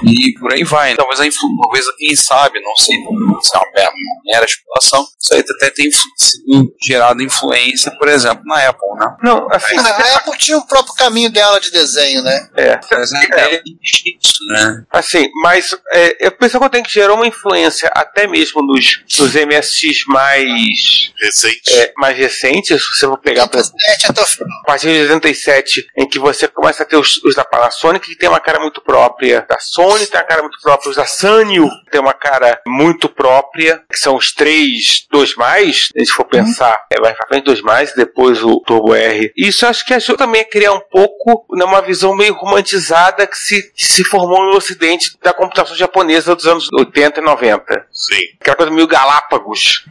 e por aí vai. Talvez a influ- talvez quem sabe, não sei se é uma mera- uma mera especulação, isso aí até tem influ- gerado influência, por exemplo, na Apple, né?
Não, assim,
A Apple tinha o próprio caminho dela de desenho, né?
é.
Mas é,
É.
é isso, né?
Assim, mas é, eu penso que eu tenho que gerar uma influência até mesmo nos, nos MSX mais,
Recente.
é, mais recentes, se você for pegar, por exemplo,
Internet É, até o fim.
a partir de 87, em que você começa a ter os, os da Panasonic, que tem uma cara muito própria da Sony, tem uma cara muito própria, os da Sanyo tem uma cara muito própria, que são os três, dois mais, se a gente for pensar, é mais pra frente, dois mais, e depois o Turbo R. Isso acho que ajuda também a criar um pouco né, uma visão meio romantizada que se, que se formou no ocidente da computação japonesa dos anos 80 e 90
Sim.
aquela coisa meio Galápagos,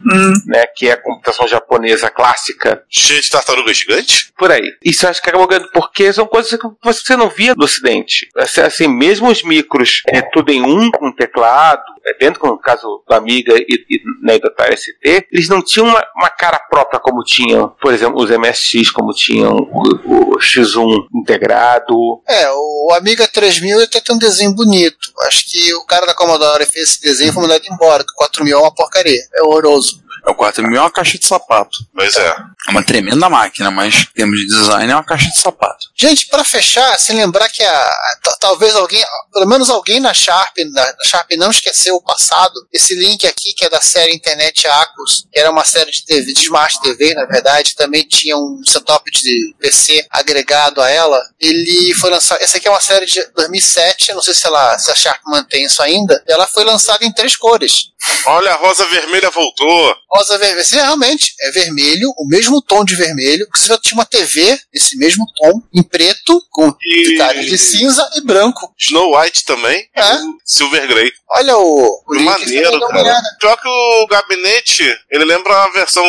né, que é a computação japonesa clássica,
Cheio de tartaruga gigante?
por aí. Isso eu acho que acabou ganhando, porque são coisas que você não via no ocidente. Assim, assim, mesmo os micros, é tudo em um, com teclado, é dentro, como no caso da Amiga e, e, né, e da Atari ST, eles não tinham uma, uma cara própria como tinham, por exemplo, os MSX, como tinham o, o X1 integrado.
É, o Amiga 3000 até tem um desenho bonito. Acho que o cara da Commodore fez esse desenho e foi mandado embora, que o 4000 é uma porcaria. É horroroso.
É o 4000 é uma caixa de sapato.
Pois é.
É uma tremenda máquina, mas em termos de design é uma caixa de sapato.
Gente, pra fechar, se lembrar que a, a- ta- talvez alguém, pelo menos alguém na Sharp, na, na Sharp não esqueceu o passado. Esse link aqui, que é da série Internet Acos, que era uma série de TV, de Smart TV, na verdade, também tinha um setup de PC agregado a ela. Ele foi lançado. Essa aqui é uma série de 2007, não sei se, ela, se a Sharp mantém isso ainda. Ela foi lançada em três cores.
Olha, a rosa vermelha voltou.
Rosa vermelha. Sim, realmente é vermelho, o mesmo tom de vermelho. Você já tinha uma TV nesse mesmo tom, em preto, com
E-
detalhes de cinza e branco.
Snow White também.
É.
Silver Grey.
Olha o, o link, vocês
Maneiro,
podem dar uma
cara.
olhada.
Pior que o gabinete, ele lembra a versão,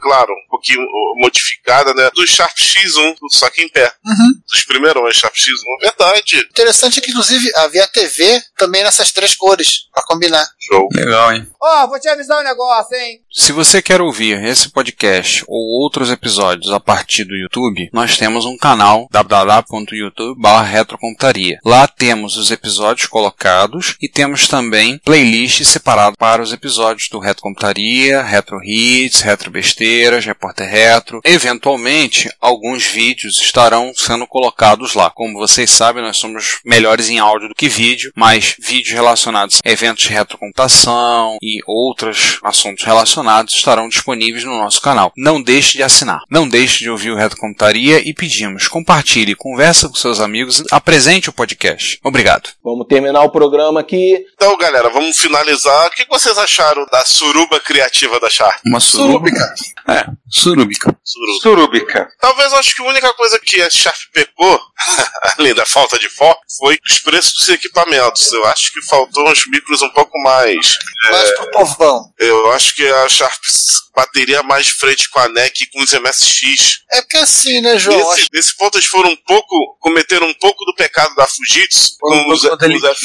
claro, um pouquinho modificada, né? Do Sharp X1, só que em pé. Dos primeirões, Sharp X1. Verdade.
Interessante é que, inclusive, havia TV também nessas três cores, pra combinar.
Show.
Legal, hein?
Ó, vou te avisar um negócio, hein?
Se você quer ouvir esse podcast ou outros episódios a partir do YouTube, nós temos um canal www.youtube.com/retrocomputaria. Lá temos os episódios colocados e temos também playlists separadas para os episódios do Retro Computaria, Retro Hits, Retro Besteiras, Repórter Retro. Eventualmente, alguns vídeos estarão sendo colocados lá. Como vocês sabem, nós somos melhores em áudio do que vídeo, mas vídeos relacionados a eventos de retrocomputação e outros assuntos relacionados estarão disponíveis no nosso canal. Não deixe de assinar. Não deixe de ouvir o Retrocomputaria e pedimos, compartilhe, conversa com seus amigos, e apresente o podcast. Obrigado.
Vamos terminar o programa aqui.
Então, galera, vamos finalizar. O que vocês acharam da suruba criativa da Sharp?
Uma surubica. É, surubica.
Suruba.
Surubica.
Talvez eu acho que a única coisa que a Sharp pecou, além da falta de foco, foi os preços dos equipamentos. Eu acho que faltou uns micros um pouco mais.
Mas pro povão.
Eu acho que a Sharp bateria mais de frente com a NEC e com os MSX.
É porque assim, né, João?
Nesse,
Acho-
nesse ponto eles foram um pouco, cometeram um pouco do pecado da Fujitsu
Foram um
com os,
pouco
com os
delicado.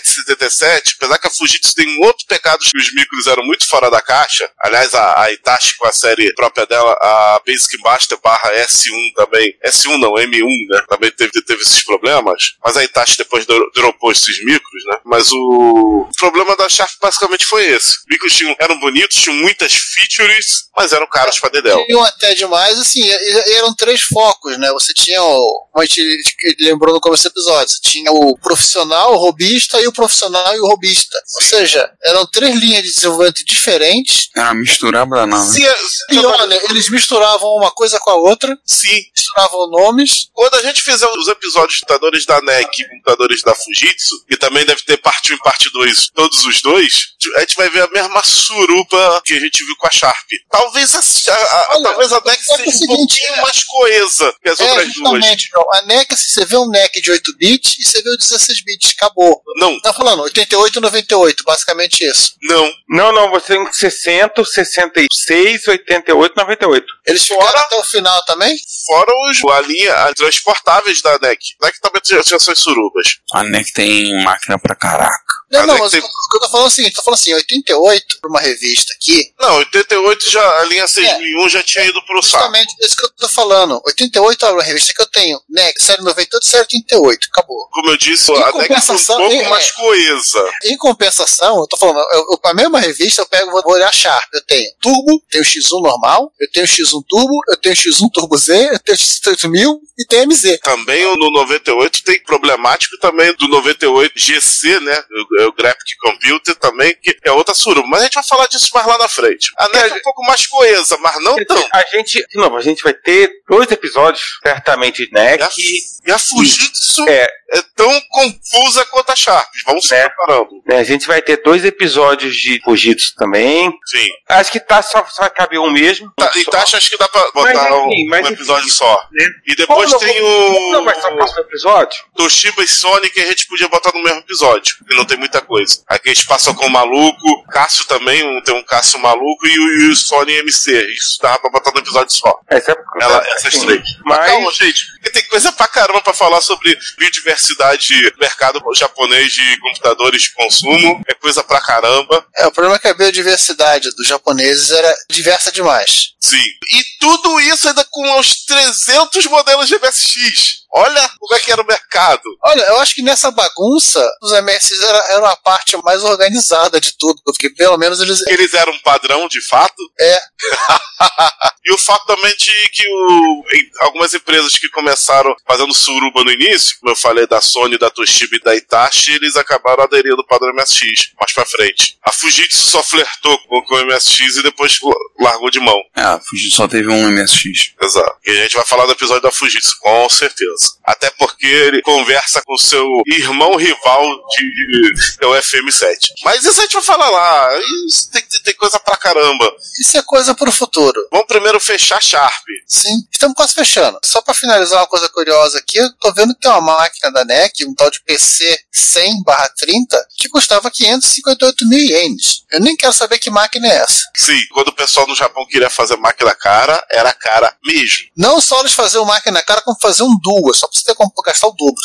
FM777, apesar que a Fujitsu tem um outro pecado que os micros eram muito fora da caixa. Aliás, a, a Hitachi com a série própria dela, a Basic Master barra S1 também, S1 não, M1, né? Também teve, teve esses problemas, mas a Hitachi depois dro- dropou esses micros, né? Mas o, o problema da Sharp basicamente foi esse. Os micros tinham, eram bonitos, tinham muitas features, mas eram caros pra dedéu.
Tinham um até demais, assim, e- e- eram três focos, né? Você tinha, o, como a gente lembrou no começo do episódio, você tinha o profissional, o robista e o profissional e o robista. Ou seja, eram três linhas de desenvolvimento diferentes.
Era misturar É banana. né?
Se, se-
E olha, eles misturavam uma coisa com a outra,
sim,
misturavam nomes.
Quando a gente fizer os episódios de computadores da NEC e computadores da Fujitsu, e também deve ter parte 1 e parte 2, todos os dois, a gente vai ver a mesma suruba que a gente viu com a Sharp. Talvez a, a- a-
Olha,
talvez a NEC
só que é
seja um
o seguinte,
pouquinho
é.
mais coesa que as
É,
outras duas.
justamente, João. A NEC, assim, você vê um NEC de 8 bits e você vê o 16 bits, acabou.
Não,
Tá falando 88 e 98, basicamente isso.
não.
Não, não, você tem 60, 66, 88, 98.
Eles ficaram
Fora-
até o final também?
Fora os, a linha a transportáveis da NEC. A NEC também tinha tinha suas surubas.
A NEC tem máquina pra caraca.
Não,
Mas
não,
é que
mas
tem-
o que eu tô falando é o seguinte, eu tô falando assim, 88, pra uma revista aqui,
Não, 88 já, a linha 6001 já tinha ido pro saco.
É, justamente é isso que eu tô falando. 88 é uma revista que eu tenho, né? Série 98, série 88, acabou.
Como eu disse,
Em
a NEC foi um
compensação,
pouco
é, é.
mais coesa.
Em compensação, eu tô falando, eu, eu, pra mesma revista eu pego, vou vou olhar a Sharp, eu tenho Turbo, tenho X1 normal, eu tenho X1 Turbo, eu tenho X1 Turbo Z, eu tenho X3000 e tenho MZ.
Também o no 98 tem problemático também do 98 GC, né? O, o Graphic Computer também, que é outra suruba. Mas a gente vai falar disso mais lá na frente. A NEC é um pouco mais coesa, mas não
Quer
tão.
dizer, A gente, de novo, a gente vai ter dois episódios, certamente, né?
E a,
Que,
e a Fujitsu é.
É.
tão confusa quanto a Sharp. Vamos se
É.
preparando.
né, a gente vai ter dois episódios de Fujitsu também.
Sim.
Acho que tá só, só vai caber um mesmo.
Tá,
Um
e
só,
taxa acho que dá pra botar
Mas,
um-
enfim,
um,
mas enfim.
episódio só.
né?
E depois
Como
tem
não-
o,
Não vai ser o próximo episódio?
Toshiba e Sony que a gente podia botar no mesmo episódio. E não tem muita coisa. Aqui a gente passa com o maluco, Cássio também, um- tem um Cássio maluco e o, e o Sony MC. Isso dava pra botar no episódio só.
Essa, é
Ela, é essas
sim.
três.
Mas-
Calma, gente. Porque tem coisa pra caramba pra falar sobre biodiversidade, mercado japonês de computadores de consumo. É coisa pra caramba.
É, o problema é que a biodiversidade dos japoneses era diversa demais.
Sim. E tudo isso ainda com uns 300 modelos de MSX. Olha como é que era o mercado.
Olha, eu acho que nessa bagunça, os MSX era, era uma parte mais organizada de tudo, porque pelo menos eles.
Eles eram um padrão, de fato.
É.
e o fato também de que o- em- algumas empresas que começaram fazendo suruba no início, como eu falei da Sony, da Toshiba e da Itachi, eles acabaram aderindo ao padrão MSX mais pra frente. A Fujitsu só flertou com com o MSX e depois largou de mão.
Ah, Fujitsu só teve um MSX.
Exato. E a gente vai falar do episódio da Fujitsu, com certeza. Até porque ele conversa com seu irmão rival de, de, é o FM7. Mas isso a gente vai falar lá. Isso tem, tem coisa pra caramba.
Isso é coisa pro futuro.
Vamos primeiro fechar Sharp.
Sim, estamos quase fechando. Só para finalizar uma coisa curiosa aqui, eu tô vendo que tem uma máquina da NEC, um tal de PC 100/30, que custava 558 mil ienes. Eu nem quero saber que máquina é essa.
Sim, quando o pessoal no Japão queria fazer máquina cara, era cara mesmo.
Não só eles faziam máquina cara, como fazer um duo, só pra você ter como gastar o dobro.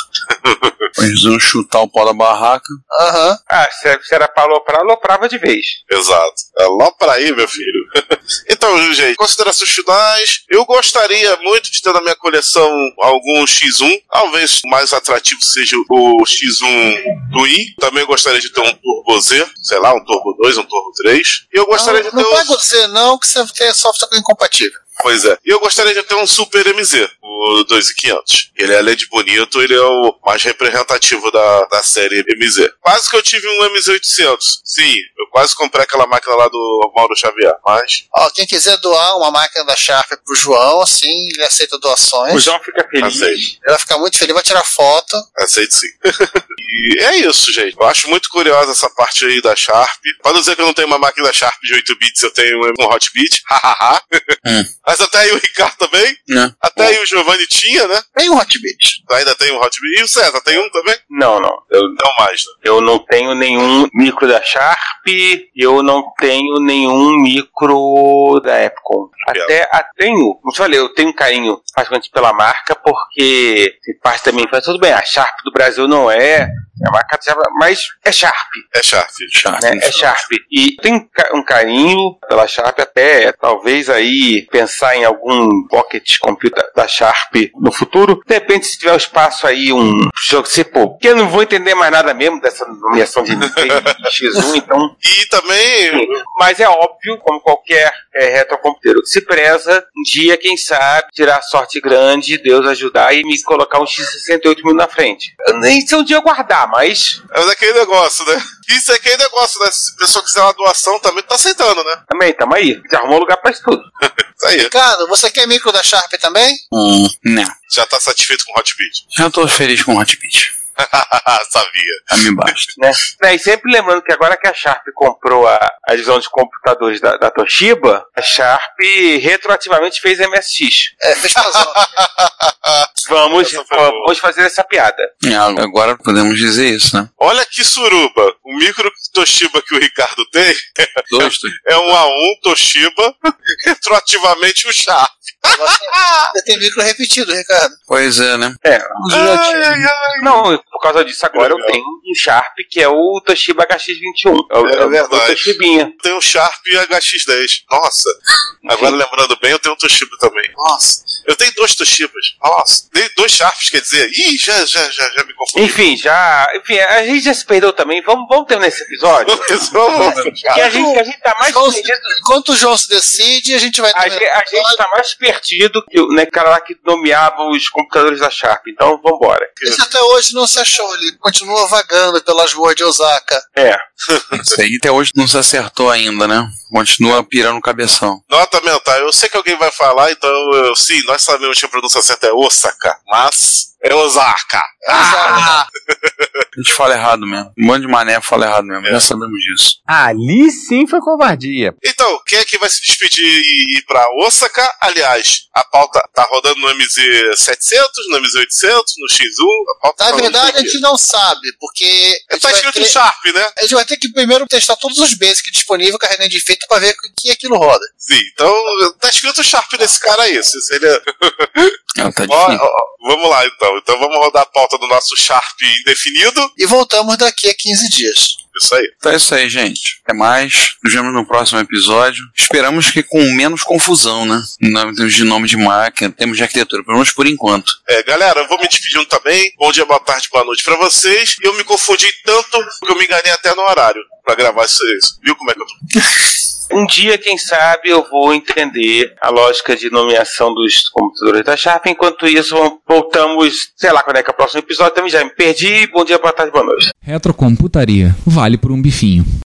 Eles resolveram um chutar o pau da barraca.
Aham.
Ah, se se era pra aloprar, aloprava de vez.
Exato. É lá pra aí, meu filho. então, gente, considerações finais. Eu gostaria muito de ter na minha coleção algum X1. Talvez o mais atrativo seja o X1 Twin. Também gostaria de ter um Turbo Z. Sei lá, um Turbo 2, um Turbo 3. E eu gostaria
Não,
de ter
não
um...
vai acontecer não, que você tem software incompatível.
Pois é. E eu gostaria de ter um Super MZ, o 2500. Ele, além de bonito, ele é o mais representativo da, da série MZ. Quase que eu tive um MZ800. Sim, eu quase comprei aquela máquina lá do Mauro Xavier, mas...
Ó, quem quiser doar uma máquina da Sharp pro João, assim, ele aceita
É
doações.
O João
Tá
fica feliz.
Aceito.
Ele vai ficar muito feliz, vai tirar foto.
Aceito sim. e é isso, gente. Eu acho muito curiosa essa parte aí da Sharp. Pra não dizer que eu não tenho uma máquina Sharp de 8 bits, eu tenho um hot bit. Hahaha.
Hum.
Mas até aí o Ricardo também.
Né?
Até aí o Giovanni tinha, né?
Tem um Hotbit.
Tu ainda tem um hot bit. E o César tem um também?
Não, não. Eu,
Não mais, né?
eu não tenho nenhum micro da Sharp, eu não tenho nenhum micro da Epcom. Até a, tenho, como eu falei, eu tenho um carinho bastante pela marca, porque tem parte da minha infância, tudo bem, a Sharp do Brasil não é, é a marca da Sharp, mas é Sharp.
É Sharp.
Sharp.
né? É Sharp. E tem um ca- um carinho pela Sharp até é, talvez aí pensar em algum pocket computer da Sharp no futuro. De repente, se tiver um espaço aí, um jogo que você, pô, que eu não vou entender mais nada mesmo dessa nomeação de X1, então.
E também
Mas é óbvio, como qualquer é, retrocomputeiro que se preza, um dia, quem sabe, tirar sorte grande, Deus ajudar e me colocar um X68 mil na frente. Eu nem sei onde eu guardar, mas
é daquele negócio, né? Isso é aquele negócio, né? Se a pessoa quiser uma doação, também tá aceitando, né?
também, tamo aí. Já arrumou lugar pra isso tudo.
Isso aí.
Ricardo, você quer micro da Sharp também?
Hum, não.
Já tá satisfeito com o hot bit.
Já tô feliz com o Hot Beat.
Sabia.
Já me basta.
né? Né, E sempre lembrando que agora que a Sharp comprou a, a divisão de computadores da, da Toshiba, a Sharp retroativamente fez MSX.
É, fez fusão.
Vamos,
Essa foi boa.
vamos fazer essa piada.
É, agora podemos dizer isso, né?
Olha que suruba. O micro Toshiba que o Ricardo tem
Dois, dois.
é um A1 Toshiba, retroativamente o Sharp.
Você tem micro repetido, Ricardo.
Pois é, né?
É.
Mas eu já tive.
Não, por causa disso, agora eu
Legal.
tenho um Sharp que é o Toshiba HX21. É, o-
É
é, o- é o
verdade.
Toshibinha.
Tem o Sharp e HX10. Nossa. Agora lembrando bem, eu tenho um Toshiba também. Nossa. Eu tenho dois Toshibas. Nossa. Dei dois Sharps, quer dizer. Ih, já, já, já, já me confundi.
Enfim, já. Enfim, a gente já se perdeu também. Vamos, vamos terminar esse episódio?
Vamos, vamos,
Que a
um, Sharp.
gente, a gente tá mais
Só os-
perdido
Enquanto o João se decide, a gente vai
A gente, a gente tá mais perdido que o né, cara lá que nomeava os computadores da Sharp. Então, vambora.
Esse até hoje não se achou, ele continua vagando pelas ruas de Osaka.
É.
Isso aí até hoje não se acertou ainda, né? Continua pirando o cabeção.
Nota mental, eu sei que alguém vai falar, então eu, sim, nós sabemos que a pronúncia certa é Osaka, mas é Osaka.
Ah,
Osaka.
A gente fala errado mesmo. Um monte de mané fala errado mesmo. Já sabemos disso.
Ali sim foi covardia.
Então, quem é que vai se despedir e ir pra Osaka? Aliás, a pauta tá rodando no MZ700, no MZ800, no X1. A pauta
Na
tá
verdade, a
rodando
gente não sabe, porque. a
aqui.
gente
Tá
vai
escrito
ter-
Sharp, né?
A gente vai ter que primeiro testar todos os é basics disponíveis carregando de efeito pra ver o que aquilo roda.
Sim, então tá escrito Sharp nesse cara aí. Se se ele é-
Ela tá
Ó,
difícil.
ó, ó, vamos lá então. Então vamos rodar a pauta do nosso Sharp indefinido.
E voltamos daqui a 15 dias.
Isso aí.
Então é isso aí, gente. Até mais. Nos vemos no próximo episódio. Esperamos que com menos confusão, né? Em termos de nome de marca, em termos de arquitetura, pelo menos por enquanto.
É, galera, eu vou me despedindo também. Bom dia, boa tarde, boa noite pra vocês. Eu me confundi tanto que eu me enganei até no horário pra gravar isso. isso. Viu como é que eu tô?
Um dia, quem sabe, eu vou entender a lógica de nomeação dos computadores da Sharp. Enquanto isso, vamos- voltamos, sei lá quando é que é o próximo episódio. Também já me perdi. Bom dia, boa tarde, boa noite.
Retrocomputaria. Vale por um bifinho.